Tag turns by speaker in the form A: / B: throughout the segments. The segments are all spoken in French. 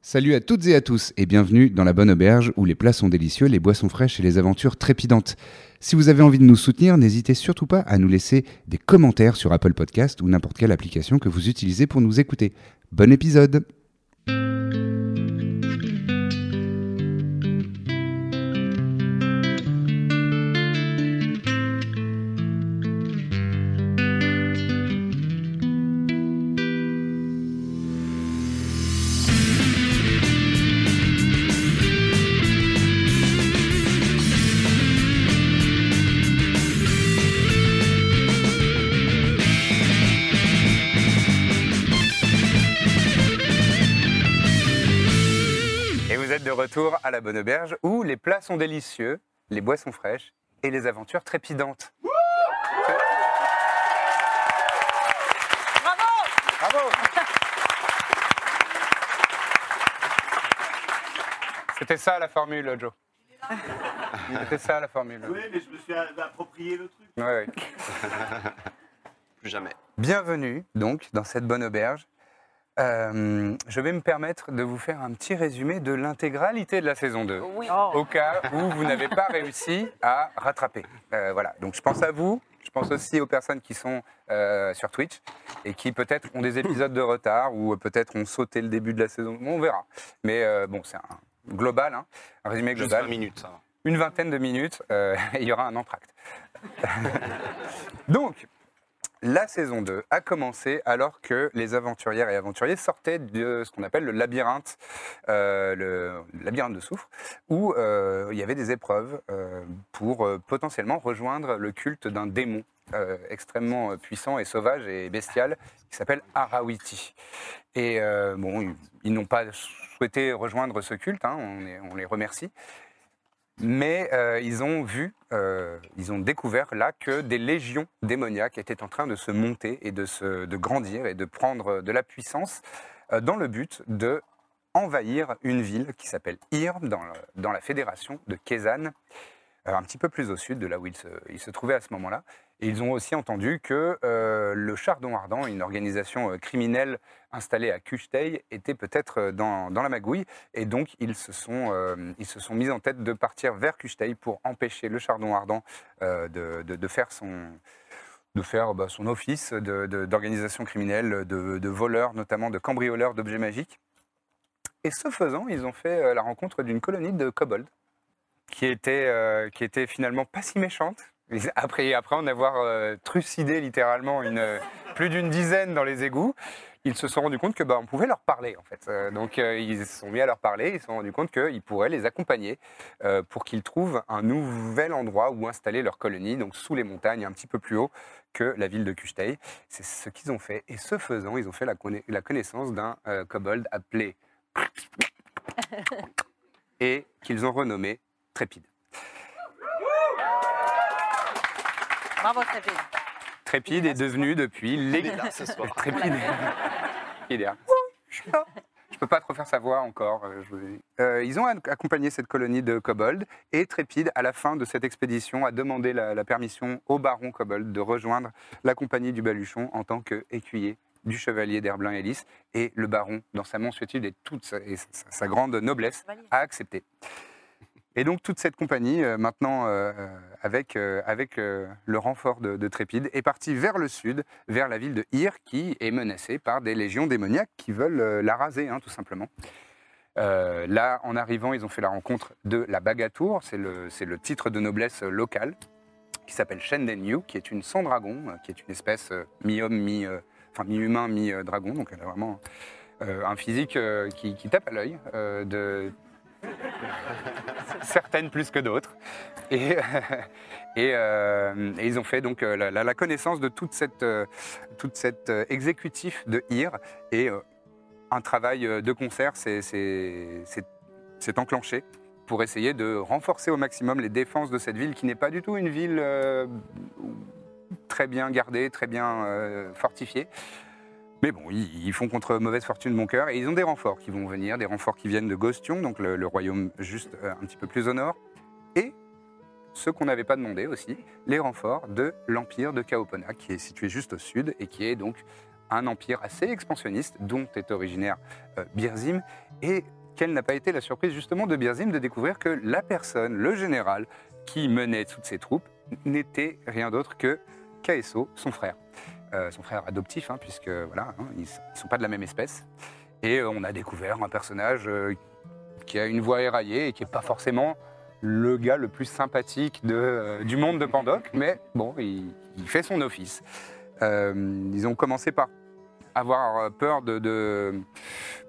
A: Salut à toutes et à tous et bienvenue dans la bonne auberge où les plats sont délicieux, les boissons fraîches et les aventures trépidantes. Si vous avez envie de nous soutenir, n'hésitez surtout pas à nous laisser des commentaires sur Apple Podcast ou n'importe quelle application que vous utilisez pour nous écouter. Bon épisode
B: Et vous êtes de retour à la Bonne Auberge où les plats sont délicieux, les boissons fraîches et les aventures trépidantes. Bravo Bravo C'était ça la formule, Joe. C'était ça la formule.
C: Oui, mais je me suis approprié le truc.
B: Ouais, ouais.
D: Plus jamais.
B: Bienvenue donc dans cette bonne auberge. Euh, je vais me permettre de vous faire un petit résumé de l'intégralité de la saison 2.
D: Oh.
B: Au cas où vous n'avez pas réussi à rattraper. Euh, voilà, donc je pense à vous, je pense aussi aux personnes qui sont euh, sur Twitch et qui peut-être ont des épisodes de retard ou euh, peut-être ont sauté le début de la saison. Bon, on verra. Mais euh, bon, c'est un global, hein, un résumé
D: Juste
B: global
D: 20 minutes, ça va.
B: une vingtaine de minutes, euh, et il y aura un entracte. Donc, la saison 2 a commencé alors que les aventurières et aventuriers sortaient de ce qu'on appelle le labyrinthe, euh, le labyrinthe de soufre, où euh, il y avait des épreuves euh, pour euh, potentiellement rejoindre le culte d'un démon euh, extrêmement euh, puissant et sauvage et bestial qui s'appelle Arawiti. Et euh, bon, ils, ils n'ont pas souhaité rejoindre ce culte, hein, on les- on les remercie. Mais euh, ils ont vu, euh, ils ont découvert là que des légions démoniaques étaient en train de se monter et de, se, de grandir et de prendre de la puissance euh, dans le but de envahir une ville qui s'appelle Irm dans, le- dans la fédération de Kézan, euh, un petit peu plus au sud de là où ils se, ils se trouvaient à ce moment-là. Et ils ont aussi entendu que euh, le Chardon Ardent, une organisation euh, criminelle installée à Kuchtei, était peut-être euh, dans- dans la magouille et donc, ils se sont, euh, ils se sont mis en tête de partir vers Kuchtei pour empêcher le chardon ardent euh, de, de- de faire son de faire bah, son office de- de- d'organisation criminelle, de, de voleurs, notamment de cambrioleurs d'objets magiques. Et ce faisant, ils ont fait euh, la rencontre d'une colonie de kobolds, qui était, euh, qui était finalement pas si méchante. Et Après, après en avoir euh, trucidé littéralement une, plus d'une dizaine dans les égouts, ils se sont rendus compte que bah, on pouvait leur parler en fait. Euh, donc euh, ils se sont mis à leur parler, ils se sont rendus compte qu'ils pourraient les accompagner euh, pour qu'ils trouvent un nouvel endroit où installer leur colonie, donc sous les montagnes, un petit peu plus haut que la ville de Kuchtei. C'est ce qu'ils ont fait. Et ce faisant, ils ont fait la, conna- la connaissance d'un euh, kobold appelé et qu'ils ont renommé Trépide.
E: Bravo, Sabine.
B: Trépide est devenu depuis
D: Il
B: l'é-
D: est là ce soir.
B: Trépide. Il est là. Je peux pas trop faire sa voix encore. euh, je vous le dis. Euh, ils ont ac- accompagné cette colonie de kobolds et Trépide, à la fin de cette expédition, a demandé la, la permission au baron kobold de rejoindre la compagnie du Baluchon en tant qu'écuyer du chevalier d'Herblin Hélice. Et le baron, dans sa mansuétude et toute sa, et sa- sa grande noblesse, a accepté. Et donc toute cette compagnie, euh, maintenant euh, euh, avec, euh, avec euh, le renfort de, de Trépide, est partie vers le sud, vers la ville de Ir, qui est menacée par des légions démoniaques qui veulent euh, la raser, hein, tout simplement. Euh, là, en arrivant, ils ont fait la rencontre de la Bagatour, c'est le, c'est le titre de noblesse euh, locale, qui s'appelle Shenden Yu, qui est une sans-dragon, euh, qui est une espèce euh, mi-homme, mi, euh, enfin, mi-humain, mi-dragon, donc elle a vraiment euh, un physique euh, qui, qui tape à l'œil, euh, de certaines plus que d'autres. Et, et, euh, et ils ont fait donc euh, la, la- la connaissance de toute cette, euh, toute cette euh, exécutif de IR et euh, un travail euh, de concert s'est- s'est s'est- s'est enclenché pour essayer de renforcer au maximum les défenses de cette ville qui n'est pas du tout une ville euh, très bien gardée, très bien euh, fortifiée. Mais bon, ils, ils font contre mauvaise fortune mon cœur et ils ont des renforts qui vont venir, des renforts qui viennent de Gostion, donc le, le royaume juste euh, un petit peu plus au nord, et ce qu'on n'avait pas demandé aussi, les renforts de l'empire de Kaopona, qui est situé juste au sud et qui est donc un empire assez expansionniste dont est originaire euh, Birzim et quelle n'a pas été la surprise justement de Birzim de découvrir que la personne, le général qui menait toutes ces troupes n'était rien d'autre que Kaeso, son frère. Euh, son frère adoptif, hein, puisque voilà, hein, ils ne sont pas de la même espèce. Et euh, on a découvert un personnage euh, qui a une voix éraillée et qui n'est pas forcément le gars le plus sympathique de, euh, du monde de Pandoc, mais bon, il, il fait son office. Euh, ils ont commencé par avoir euh, peur de, de-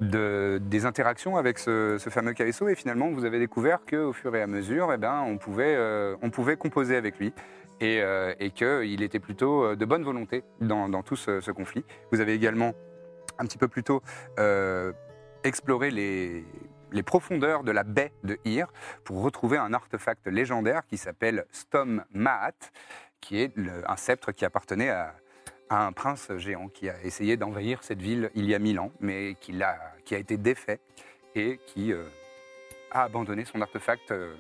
B: de- des interactions avec ce, ce fameux Caesso et finalement vous avez découvert qu'au fur et à mesure, eh ben, on, pouvait, euh, on pouvait composer avec lui et, euh, et qu'il était plutôt euh, de bonne volonté dans, dans tout ce, ce conflit. Vous avez également un petit peu plus tôt euh, exploré les, les profondeurs de la baie de Ir pour retrouver un artefact légendaire qui s'appelle Stom Maat, qui est le- un sceptre qui appartenait à, à un prince géant qui a essayé d'envahir cette ville il y a mille ans, mais qui, l'a- qui a été défait et qui euh, a abandonné son artefact euh,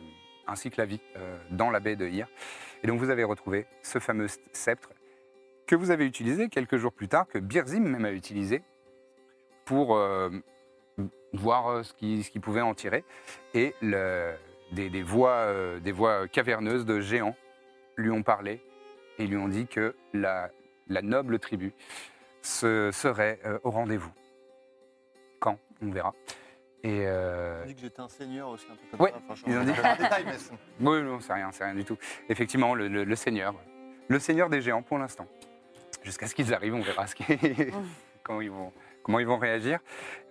B: ainsi que la vie euh, dans la baie de Ir. Et donc vous avez retrouvé ce fameux sceptre que vous avez utilisé quelques jours plus tard, que Birzim même a utilisé pour euh, voir euh, ce qu'il ce qu'il pouvait en tirer. Et le- des, des voix, euh, des voix caverneuses de géants lui ont parlé et lui ont dit que la, la noble tribu se, serait euh, au rendez-vous. Quand On verra. Et euh,
F: J'ai dit que j'étais un seigneur aussi, un truc comme
B: Ouais,
F: ça. Enfin, je
B: ils ont dit.
F: rentre pas en détail, mais c'est-
B: Oui, non, c'est rien, c'est rien du tout. Effectivement, le, le- le seigneur. Le seigneur des géants pour l'instant. Jusqu'à ce qu'ils arrivent, on verra ce qui- comment, ils vont, comment ils vont réagir.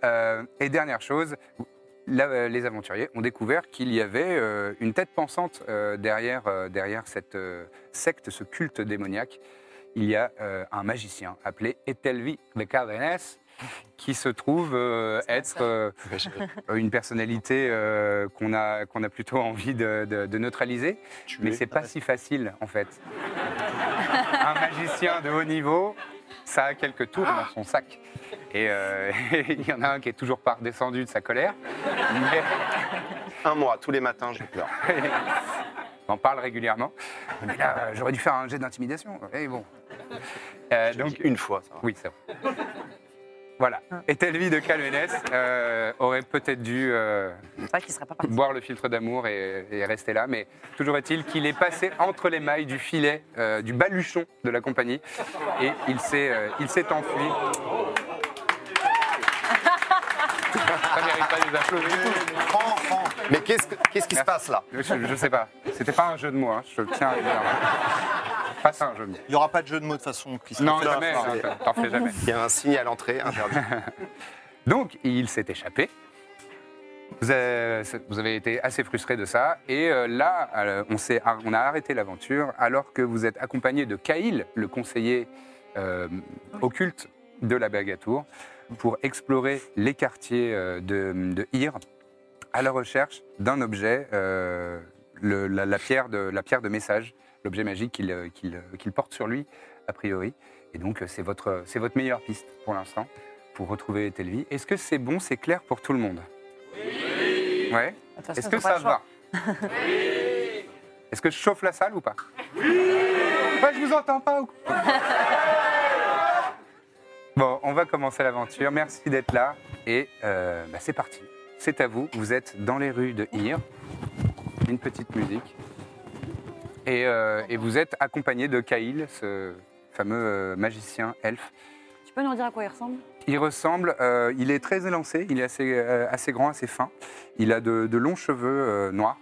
B: Euh, et dernière chose, là, euh, les aventuriers ont découvert qu'il y avait euh, une tête pensante euh, derrière, euh, derrière cette euh, secte, ce culte démoniaque. Il y a euh, un magicien appelé Etelvi de Cardenas qui se trouve euh, être... euh, euh, une personnalité euh, qu'on a, qu'on a plutôt envie de, de- de neutraliser. Mais c'est pas si facile, en fait. Un magicien de haut niveau, ça a quelques tours dans son sac. Et euh, il y en a un qui est toujours pas redescendu de sa colère. Mais
D: Un mois, tous les matins, je pleure.
B: on en parle régulièrement. Mais là, euh, j'aurais dû faire un jet d'intimidation. Et bon. Euh, donc,
D: Une fois, ça va.
B: Oui, c'est vrai. Voilà. Et Telvi de Calvenès euh, aurait peut-être dû euh,
E: C'est vrai qu'il serait pas parti.
B: boire le filtre d'amour et, et rester là. Mais toujours est-il qu'il est passé entre les mailles du filet, euh, du baluchon de la compagnie, et il s'est, euh, il s'est enfui. Ça mérite pas des applaudissements.
F: Franc, franc.
D: Mais qu'est-ce que- qu'est-ce qui se passe là
B: Je, je sais pas. C'était pas un jeu de mots. hein. Je tiens à le dire. Pas ça un jeu de mots.
F: Il n'y aura pas de jeu de mots de façon qui se
B: Non,
F: refait dans
B: jamais.
F: la fin.
B: hein, T'en fais jamais.
D: Il y a un signe à l'entrée interdit.
B: Donc, il s'est échappé. Vous avez, vous avez été assez frustré de ça. Et euh, là, euh, on, s'est- on a arrêté l'aventure alors que vous êtes accompagné de Kaïl, le conseiller euh, occulte de la Bagatour, pour explorer les quartiers euh, de, de Ir à la recherche d'un objet, euh, le- la, la pierre de, la pierre de message, l'objet magique qu'il euh, qu'il, euh, qu'il porte sur lui, a priori. Et donc, euh, c'est votre, c'est votre meilleure piste pour l'instant pour retrouver Telvi. Est-ce que c'est bon, c'est clair pour tout le monde Oui. Ouais.
E: De toute façon,
B: Est-ce
E: ils
B: que
E: ont pas
B: ça
E: le choix.
B: va Est-ce que je chauffe la salle ou pas Ouais, je vous entends pas. ou quoi bon, on va commencer l'aventure. Merci d'être là et euh, bah, c'est parti. C'est à vous. Vous êtes dans les rues de Ir. Une petite musique. Et, euh, et vous êtes accompagné de Kaïl, ce fameux euh, magicien elfe
E: Tu peux nous dire à quoi il ressemble
B: il ressemble, euh, il est très élancé, il est assez, euh, assez grand, assez fin. Il a de, de longs cheveux euh, noirs,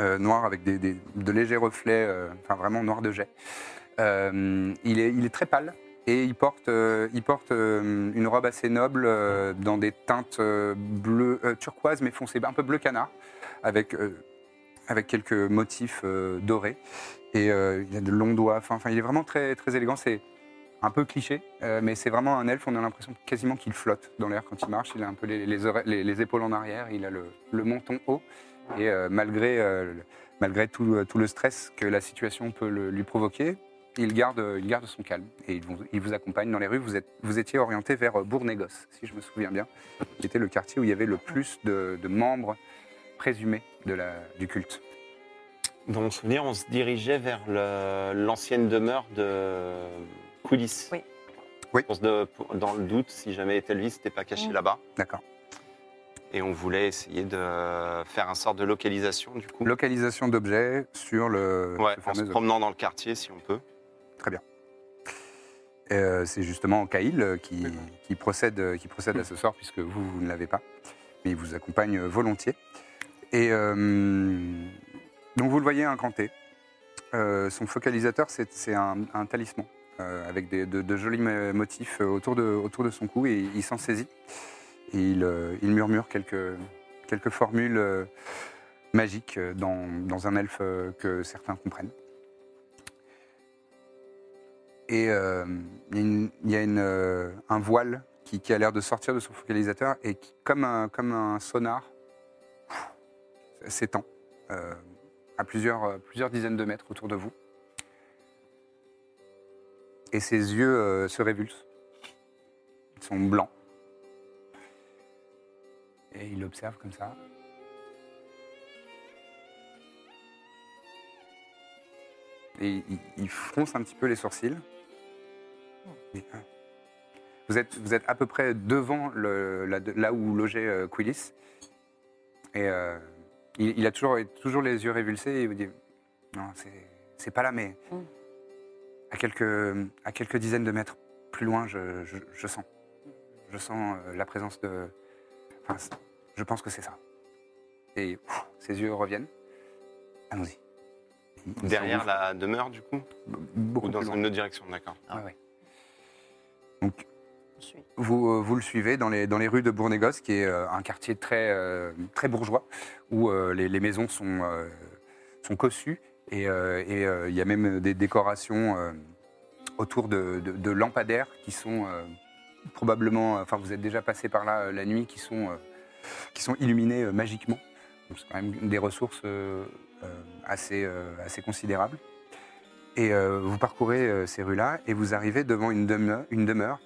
B: euh, noirs avec des, des- de légers reflets, euh, enfin vraiment noir de jet. Euh, il, est, il est très pâle, Et il porte, euh, il porte euh, une robe assez noble euh, dans des teintes euh, bleu euh, turquoise mais foncé, un peu bleu canard, avec, euh, avec quelques motifs euh, dorés. Et euh, il a de longs doigts. Enfin, enfin, il est vraiment très, très élégant. C'est un peu cliché, euh, mais c'est vraiment un elfe. On a l'impression quasiment qu'il flotte dans l'air quand il marche. Il a un peu les, les oreilles- les- les épaules en arrière, il a le, le menton haut. Et euh, malgré, euh, le- malgré tout, euh, tout le stress que la situation peut le- lui provoquer, il garde, euh, il garde son calme et il vous, il vous accompagne dans les rues. Vous, êtes, vous étiez orienté vers euh, Bourg-Négoce, si je me souviens bien, qui était le quartier où il y avait le plus de, de membres présumés de la, du culte.
G: Dans mon souvenir, on se dirigeait vers le- l'ancienne demeure de Coulis.
E: Oui.
B: Oui.
G: Je pense de- pour- dans le doute, si jamais Telvis n'était pas caché
E: Mm.
G: là-bas.
B: D'accord.
G: Et on voulait essayer de faire un sort de localisation, du coup.
B: Localisation d'objets sur le,
G: Ouais,
B: le
G: en se
B: fameux
G: promenant dans le quartier, si on peut.
B: Euh, c'est justement Kaïl euh, qui,
G: Oui.
B: qui procède, euh, qui procède à ce sort, puisque vous, vous ne l'avez pas. Mais il vous accompagne euh, volontiers. Et euh, donc vous le voyez incanté. Euh, son focalisateur, c'est c'est un, un talisman, euh, avec des- de, de jolis mo- motifs euh, autour de, autour de son cou, et il s'en saisit. Et il, euh, il murmure quelques, quelques formules euh, magiques euh, dans, dans un elfe euh, que certains comprennent. Et euh, il y a, une- il y a une, euh, un voile qui, qui a l'air de sortir de son focalisateur et qui, comme un, comme un sonar, pff, s'étend euh, à plusieurs, euh, plusieurs dizaines de mètres autour de vous. Et ses yeux euh, se révulsent. Ils sont blancs. Et il observe comme ça. Et il, il fronce un petit peu les sourcils. Et, ah. Vous êtes, vous êtes à peu près devant le- la- là où logeait euh, Quillis. Et euh, il, il a toujours, toujours les yeux révulsés et il vous dit Non, c'est- c'est pas là, mais
E: Mm.
B: à, quelques, à quelques dizaines de mètres plus loin, je, je- je sens. Je sens euh, la présence de. Enfin, c'est- je pense que c'est ça. Et ouf, ses yeux reviennent. Allons-y. Il- il
G: Derrière
B: s'engouffre
G: la demeure, du coup.
B: beaucoup
G: Ou dans
B: plus loin.
G: une autre direction, d'accord.
B: Ouais, ouais.
E: Je suis.
B: Vous, euh, vous le suivez dans les, dans les rues de Bourg-Négoce, qui est euh, un quartier très, euh, très bourgeois, où euh, les, les maisons sont, euh, sont cossues, et euh, et, euh, il y a même des décorations euh, autour de, de- de lampadaires qui sont euh, probablement, enfin vous êtes déjà passé par là euh, la nuit, qui sont, euh, qui sont illuminés euh, magiquement. Donc c'est quand même des ressources euh, euh, assez, euh, assez considérables. Et euh, vous parcourez euh, ces rues-là, et vous arrivez devant une demeure, une demeure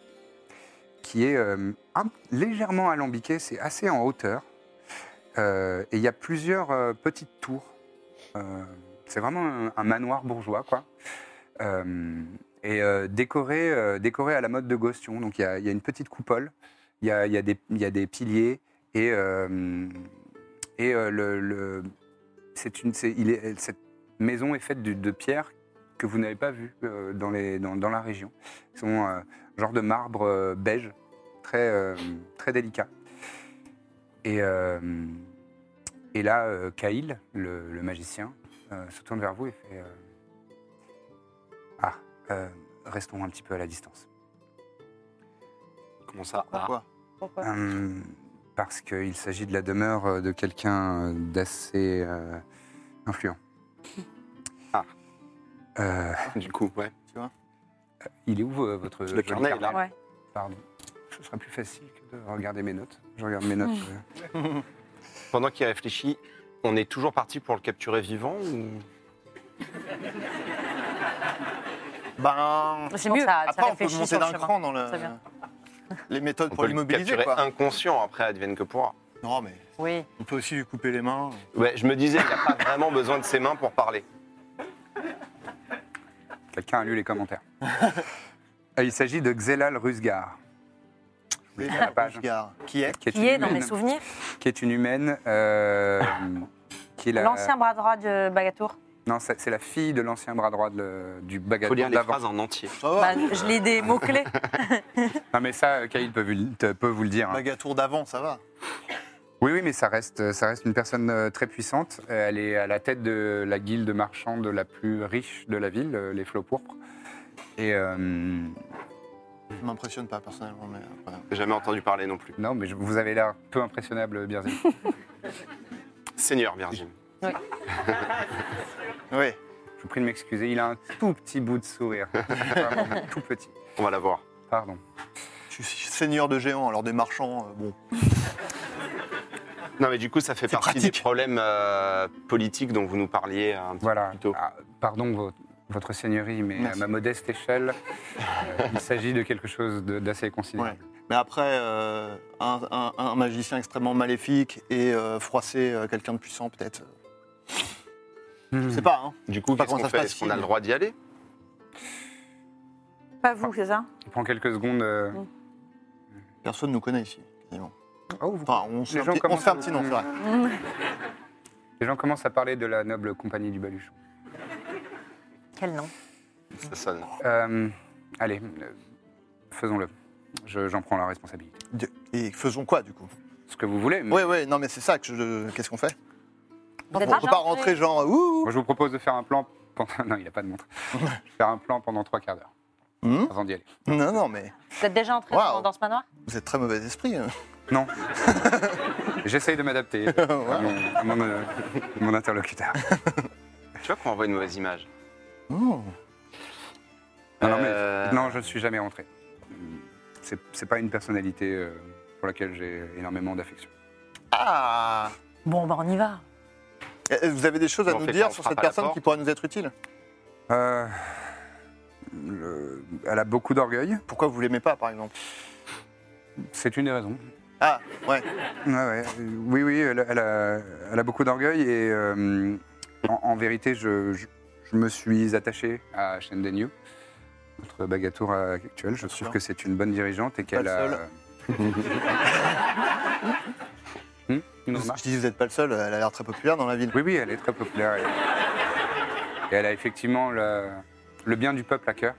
B: qui est euh, un- légèrement alambiqué, c'est assez en hauteur. Euh, et il y a plusieurs euh, petites tours. Euh, c'est vraiment un, un manoir bourgeois, quoi. Euh, et euh, décoré, euh, décoré à la mode de Gostion. Donc il y a, il y a une petite coupole, il y a, il y a des, il y a des piliers, et, euh, et euh, le, le- c'est une, c'est- il est- cette maison est faite du- de pierres que vous n'avez pas vues euh, dans, les, dans, dans la région. Ils sont, euh, genre de marbre euh, beige, très, euh, très délicat. Et, euh, et là, euh, Kaïl, le, le magicien, euh, se tourne vers vous et fait euh, Ah, euh, restons un petit peu à la distance.
G: Comment ça Ah,
F: Pourquoi
E: Pourquoi
B: Hum, parce qu'il s'agit de la demeure euh, de quelqu'un euh, d'assez euh, influent.
G: Ah.
B: Euh,
G: Du coup, ouais.
B: il est où euh, votre
G: Le
B: joli
G: carnet est là.
E: Ouais.
B: Pardon. Ce sera plus facile que de regarder mes notes. Je regarde mes notes. euh.
G: Pendant qu'il réfléchit, on est toujours parti pour le capturer vivant ou...
F: Ben.
E: C'est mieux. Ça, ça
F: Après, on peut
E: réfléchit
F: monter
E: sur le
F: d'un
E: chemin.
F: cran dans le-
E: C'est bien.
F: les méthodes
G: On
F: pour
G: peut le
F: l'immobiliser,
G: capturer
F: quoi.
G: inconscient, après advienne que pourra.
F: Non, mais
E: Oui.
F: on peut aussi lui couper les mains.
G: Ouais, je me disais, il n'y a pas vraiment besoin de ses mains pour parler.
B: Quelqu'un a lu les commentaires. Euh, Il s'agit de Xelal Rusgar. Je vous laisse la page.
F: Regarde. Qui est
B: Qui est,
E: Qui est dans mes
B: humaine,
E: souvenirs
B: qui est une humaine. euh, qui est la-
E: l'ancien bras droit de Bagatour.
B: Non, c'est c'est la fille de l'ancien bras droit de le- du
G: Il faut
B: bagageon
G: lire les
B: d'avant.
G: phrases en entier.
F: Ça va
E: Bah, je lis des mots clés.
B: Non, mais ça, euh, Kyle peut, vous le- te- peut vous le dire. hein.
F: Magatour d'avant, ça va.
B: Oui, oui, mais ça reste, ça reste une personne euh, très puissante. Euh, Elle est à la tête de la guilde marchande la plus riche de la ville, euh, les Flots Pourpres. Et euh,
F: Ça m'impressionne pas personnellement, mais euh, après.
D: J'ai Jamais entendu parler non plus.
B: Non, mais je- vous avez l'air peu impressionnable, Birzim.
D: Seigneur Birzim.
F: Oui,
B: Je vous prie de m'excuser, il a un tout petit bout de sourire. Vraiment, un tout petit.
D: On va la voir.
B: Pardon.
F: je suis seigneur de géants, alors des marchands, euh, bon.
D: Non, mais du coup, ça fait partie des
F: pratique.
D: problèmes euh,
G: Politique dont vous nous parliez un
D: hein.
G: petit
B: Voilà.
G: Plutôt.
B: Ah, pardon, vo- votre seigneurie, mais
F: Merci.
B: à ma modeste échelle, euh, il s'agit de quelque chose de- d'assez
F: Ouais.
B: considérable.
F: Mais après, euh, un, un- un magicien extrêmement maléfique et euh, froisser euh, quelqu'un de puissant, peut-être. euh, Je
D: Hmm.
F: sais pas, hein.
D: Du coup,
F: Par
D: qu'est-ce
F: contre,
D: qu'on
F: ça se
D: fait
F: passe
D: Est-ce qu'on a
F: ici.
D: le droit d'y aller
E: Pas vous, c'est ça
B: Il prend quelques secondes. euh,
F: Personne nous connaît ici, quasiment.
B: Oh, vous-
F: Enfin, on se
B: Les
F: fait un
B: gens euh,
F: petit- on
B: commencent
F: se fait un
B: à-
F: petit nom, c'est vrai.
B: Les gens commencent à parler de la noble compagnie du Baluchon.
E: Quel nom
D: Ça sonne.
B: Euh, allez, euh, faisons-le. Je- J'en prends la responsabilité.
F: De- Et faisons quoi, du coup
B: Ce que vous
D: Hmm.
B: voulez, mais
F: Ouais, ouais, non, mais c'est ça que je. Qu'est-ce qu'on fait
E: Vous
F: On peut
E: êtes
F: pas
E: rentré.
F: rentrer, genre, ouh
B: moi, je vous propose de faire un plan pendant... Non, il n'a pas de montre. faire un plan pendant trois quarts d'heure,
F: Hmm
B: avant d'y aller.
F: Non, non, mais
E: Vous êtes déjà entré
F: Waouh.
E: dans, dans ce manoir
F: vous êtes très mauvais esprit. hein.
B: Non. J'essaye de m'adapter euh, à mon, à mon, euh, mon interlocuteur.
D: Tu vois qu'on envoie une mauvaise image.
F: Mmh.
B: Ah Non, non, mais-
D: Euh,
B: Non, je ne suis jamais rentré. C'est c'est pas une personnalité euh, pour laquelle j'ai énormément d'affection.
F: Ah
E: Bon, bah on y va.
F: Eh, eh, Vous avez des choses à
D: Bon, on
F: nous
D: fait quoi
F: dire
D: On
F: sur
D: frappe
F: cette
D: à la
F: personne
D: porte
F: qui pourrait nous être utile
B: Euh, le- elle a beaucoup d'orgueil.
F: Pourquoi vous l'aimez pas, par exemple
B: C'est une des raisons.
F: Ah, ouais.
B: Ouais, ouais. Euh, Oui, oui, elle, elle a, elle a beaucoup d'orgueil et euh, en, en vérité, je, je- je me suis attaché à Shendenyu, notre bagatour actuel. Je trouve
F: sûr.
B: que c'est une bonne dirigeante et
F: Pas le
B: qu'elle a. Hmm Une
F: Vous-
B: remarque
F: Je dis, vous n'êtes pas le seul, elle a l'air très populaire dans la ville.
B: Oui, oui, elle est très populaire. Et, et elle a effectivement le, le bien du peuple à cœur.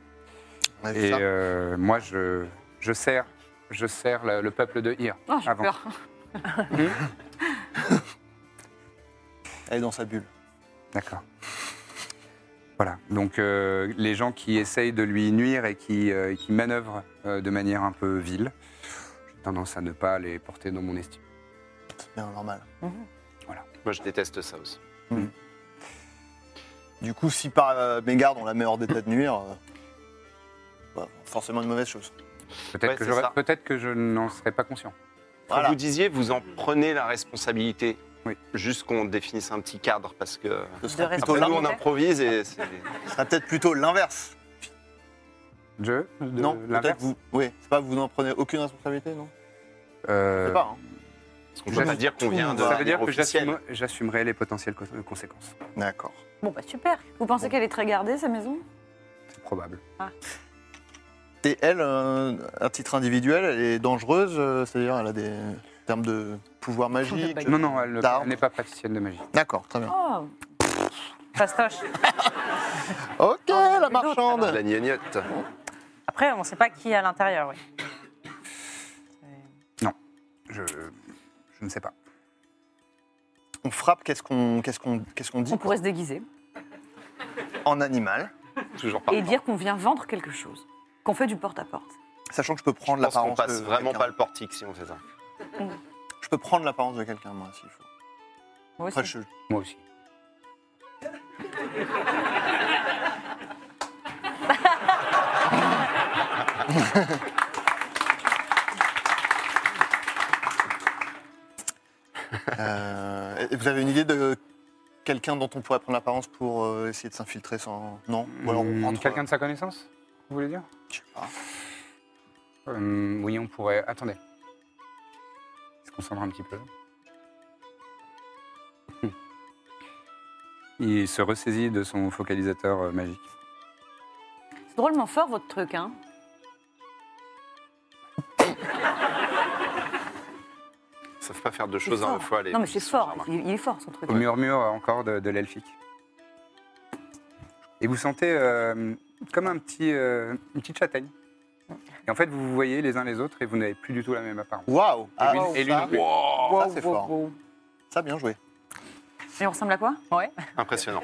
F: On a vu
B: Et
F: ça.
B: euh, moi, je, je sers, je sers le, le peuple de Ir.
E: Oh, j'ai
B: avant.
E: peur.
F: Elle est dans sa bulle.
B: D'accord. Voilà. Donc, euh, les gens qui essayent de lui nuire et qui, euh, qui manœuvrent euh, de manière un peu vile, j'ai tendance à ne pas les porter dans mon estime.
F: C'est bien normal.
D: Moi, je déteste ça aussi.
F: Du coup, si par euh, mégarde on la met hors d'état de nuire, euh, bah, forcément une mauvaise chose.
B: Peut-être
D: Ouais,
B: que
D: c'est
B: j'aurais-
D: ça.
B: peut-être que je n'en serais pas conscient.
D: Quand
F: Voilà.
D: vous disiez, vous en prenez la responsabilité.
B: Oui.
D: Juste qu'on définisse un petit cadre parce que.
F: Ce serait,
E: rester
F: plutôt
D: Après, nous, on
F: l'in-
D: improvise et c'est.
F: ce serait peut-être plutôt l'inverse.
B: Je de
F: Non, peut-être
B: l'inverse
F: vous. Oui, c'est pas vous n'en prenez aucune responsabilité, non Je
B: Euh,
F: sais pas. hein.
D: Parce qu'on peut pas
B: J'assume
D: dire qu'on vient de.
B: Ça
F: Voilà,
B: veut dire que
D: officielle.
B: j'assume- j'assumerai les potentielles co- conséquences.
D: Euh.
F: D'accord.
E: Bon, bah super. Vous pensez qu'elle est très gardée, sa maison
B: C'est probable.
F: Et elle, euh, à titre individuel, elle est dangereuse, euh, c'est-à-dire elle a des en termes de pouvoir magique.
B: Non, non, elle, ne-
F: D'arbre.
B: elle n'est pas praticienne de magie.
F: D'accord, très bien.
E: Oh Fastoche.
F: Ok,
E: Ah,
F: la
E: mais d'autres,
F: marchande.
D: La gnognotte.
E: Après, on sait pas qui est à l'intérieur, oui.
B: Je, je ne sais pas.
F: On frappe. Qu'est-ce qu'on, qu'est-ce qu'on, qu'est-ce qu'on dit
E: On pourrait se déguiser
F: en animal,
D: Toujours pas.
E: et dire qu'on vient vendre quelque chose, qu'on fait du porte-à-porte.
F: sachant que je peux prendre
D: Je pense qu'on
F: l'apparence.
D: passe
F: de
D: vraiment
F: quelqu'un.
D: pas le portique si on fait ça.
F: Je peux prendre l'apparence de quelqu'un, moi, s'il faut.
E: Moi aussi.
F: Après, je-
B: Moi aussi.
F: Euh, et vous avez une idée de quelqu'un dont on pourrait prendre l'apparence pour euh, essayer de s'infiltrer sans. Non Ou alors on
B: Hum,
F: rentre. euh.
B: Quelqu'un de sa connaissance, vous voulez dire
F: Je sais pas.
B: Hum, Oui, on pourrait. Attendez. Est-ce qu'on s'endort un petit peu Hum. Il se ressaisit de son focalisateur euh, magique.
E: C'est drôlement fort, votre truc, hein
D: Ils savent pas faire deux
E: C'est
D: choses à la
E: fort.
D: fois. les-
E: Non, mais c'est fort.
D: remarque.
E: Il, il est fort, son truc.
B: Au murmure euh, encore de, de l'elfique. Et vous sentez euh, comme un petit, euh, une petite châtaigne. Et en fait, vous vous voyez les uns les autres et vous n'avez plus du tout la même apparence.
F: Waouh
B: lui-
F: Ah,
B: et lui
F: ça,
B: non plus.
F: ça, c'est fort. Ça, bien joué.
E: Et on ressemble à quoi
H: Ouais.
D: Impressionnant.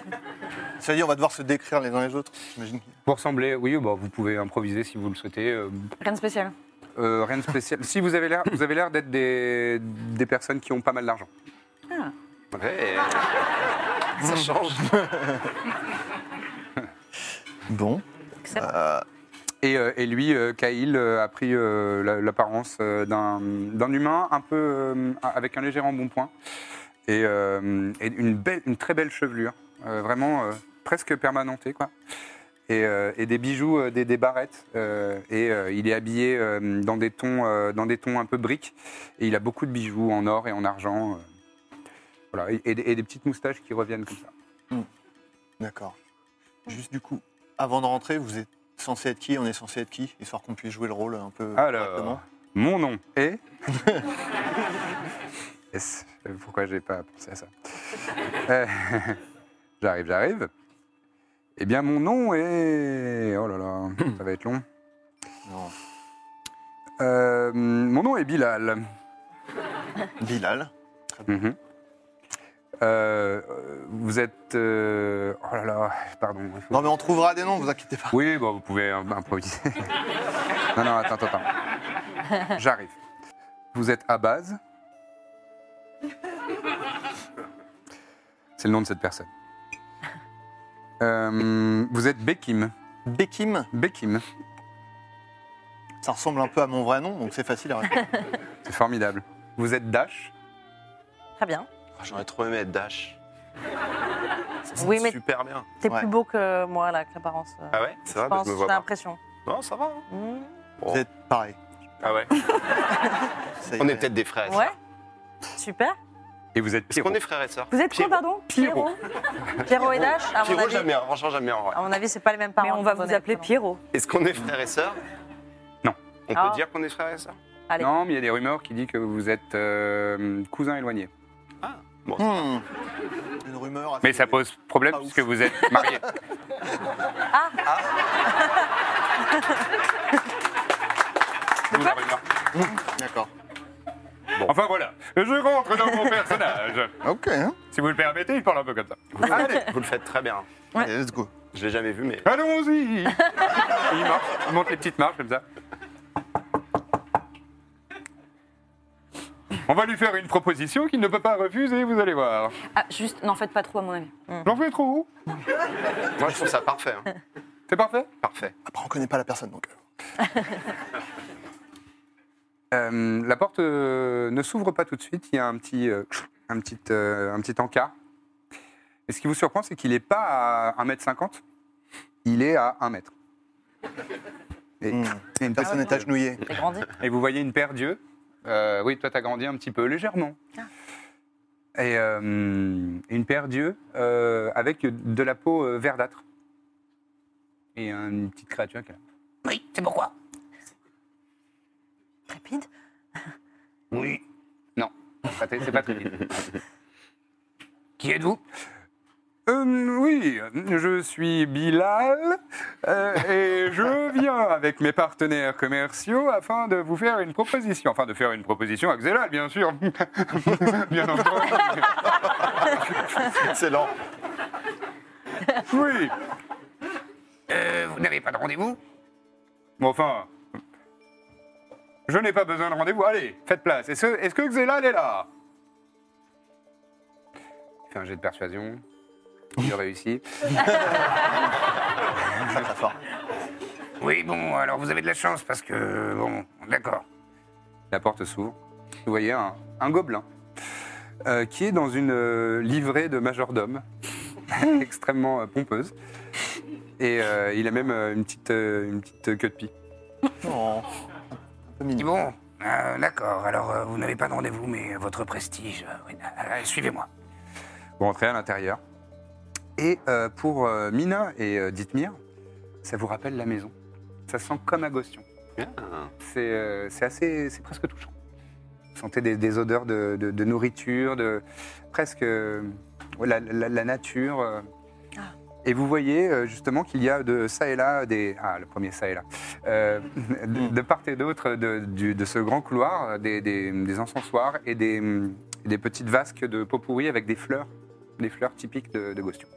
F: C'est-à-dire, on va devoir se décrire les uns les autres, j'imagine.
B: Vous ressemblez, oui, bon, vous pouvez improviser si vous le souhaitez. euh,
E: Rien de spécial.
B: euh, rien de spécial. si vous avez l'air, vous avez l'air d'être des, des personnes qui ont pas mal d'argent.
D: Ouais. Ça change.
F: Bon.
E: Excellent.
F: Euh,
B: Et, euh, et lui, euh, Kaïl, euh, a pris euh, la- l'apparence euh, d'un d'un humain un peu euh, avec un léger embonpoint et, euh, et une, belle, une très belle chevelure, euh, vraiment euh, presque permanentée quoi. Et, euh, et des bijoux, euh, des, des barrettes. euh, et euh, il est habillé euh, dans des tons, euh, dans des tons un peu briques. Et il a beaucoup de bijoux en or et en argent. euh. voilà, et, et des- et des petites moustaches qui reviennent comme ça.
F: D'accord. Juste du coup, avant de rentrer, vous êtes censé être qui On est censé être qui Histoire qu'on puisse jouer le rôle un peu
B: Alors.
F: correctement.
B: Mon nom est. Yes. Pourquoi j'ai pas pensé à ça Euh, J'arrive, j'arrive. Eh bien, mon nom est. Oh là là, ça va être long.
F: Non.
B: Euh, mon nom est Bilal.
F: Bilal.
B: Mhm. Euh, vous êtes. euh, Oh là là, pardon. il faut-
F: Non mais on trouvera des noms, vous inquiétez pas.
B: Oui, bon, vous pouvez euh, improviser. non, non, attends, attends, attends. J'arrive. Vous êtes à base. C'est le nom de cette personne. Euh, vous êtes Bekim.
F: Bekim,
B: Bekim,
F: ça ressemble un peu à mon vrai nom, donc c'est facile à retenir.
B: c'est formidable. Vous êtes Dash.
H: Très bien.
D: Ah, J'aurais trop aimé être Dash. Ça, c'est
H: Oui, mais-
D: super bien.
H: T'es
F: Ouais.
H: plus beau que moi, là, avec l'apparence. euh,
D: Ah ouais Ça
H: je
D: va bah,
H: pense,
D: Je me vois
H: j'ai
D: pas.
H: l'impression.
D: Non, ça va. hein.
H: Mmh.
D: Bon.
F: Vous êtes pareil.
D: Ah ouais
F: Ça y
D: On est peut-être des frères.
H: Ouais. Super.
B: Et vous êtes
D: Est-ce
B: Pierrot.
D: qu'on est frères et sœurs
H: Vous êtes
D: Pierrot.
H: quoi, pardon Pierrot. Pierrot et Dash, à Ah, mon
D: Pierrot,
H: avis.
D: jamais. un, Franchement, jamais. un, ouais.
H: À mon avis, c'est pas les mêmes
E: Mais
H: parents.
E: on va vous appeler
H: Pierre.
E: Pierrot.
D: Est-ce qu'on est frères et sœurs
B: Non.
D: On
H: Ah.
D: peut dire qu'on est frères et sœurs
H: Allez.
B: Non, mais il y a des rumeurs qui disent que vous êtes euh, cousins éloignés.
D: Ah. Bon,
F: Hmm. Une rumeur. assez-
B: Mais ça pose problème
F: Pas ouf.
B: puisque vous êtes Ah. mariés.
D: c'est la rumeur.
F: D'accord.
B: Enfin voilà, je rentre dans mon personnage.
F: Ok. hein.
B: Si vous le permettez, il parle un peu comme ça.
D: Allez, vous le faites très bien.
F: Allez, let's go.
D: Je l'ai jamais vu, mais
B: Allons-y Il marche, il monte les petites marches comme ça. On va lui faire une proposition qu'il ne peut pas refuser, vous allez voir.
E: Ah, juste, n'en faites pas trop à mon avis.
B: J'en fais trop
D: moi je trouve ça parfait. hein.
B: C'est parfait
D: Parfait.
F: Après, on connaît pas la personne donc.
B: Euh, La porte euh, ne s'ouvre pas tout de suite, il y a un petit, euh, un petit, euh, un petit encart. Et ce qui vous surprend, c'est qu'il n'est pas à 1m50, il est à 1m. Et,
F: Hmm.
B: et une
F: Personne est agenouillée.
H: T'es grandi.
B: Et vous voyez une paire d'yeux. Euh, oui, toi, t'as grandi un petit peu, légèrement. Et euh, une paire d'yeux euh, avec de la peau euh, verdâtre. Et une petite créature qui est là. Oui, c'est pourquoi
H: Trépide.
B: Oui. Non, raté, c'est pas très bien. Qui êtes-vous Euh, Oui, je suis Bilal euh, et je viens avec mes partenaires commerciaux afin de vous faire une proposition. Enfin, de faire une proposition à Xelal, bien sûr. bien entendu.
D: Excellent.
B: Oui. Euh, vous n'avez pas de rendez-vous Bon, enfin. Je n'ai pas besoin de rendez-vous. Allez, faites place. Est-ce est-ce que Xelal est là Il fait un jet de persuasion. Il réussit.
F: Très, très fort.
B: Oui, bon, alors vous avez de la chance parce que. Bon, d'accord. La porte s'ouvre. Vous voyez un, un gobelin euh, qui est dans une euh, livrée de majordome extrêmement euh, pompeuse. Et euh, il a même euh, une, petite, euh, une petite queue de pie.
F: Non. Un peu mignon.
B: Bon, euh, d'accord, alors vous n'avez pas de rendez-vous, mais euh, votre prestige, Euh, suivez-moi. Vous rentrez à l'intérieur. Et euh, pour euh, Mina et euh, Dithmir, ça vous rappelle la maison. Ça sent comme à Gostion.
D: Bien.
B: C'est euh, c'est assez, c'est presque touchant. Vous sentez des, des odeurs de, de- de nourriture, de presque euh, ouais, la, la- la nature. euh. Et vous voyez euh, justement qu'il y a de ça et là des ah le premier ça et là Euh, de, de part et d'autre de, du- de ce grand couloir euh, des, des- des encensoirs et des, hum, des petites vasques de pot pourri avec des fleurs des fleurs typiques de, de Gostion.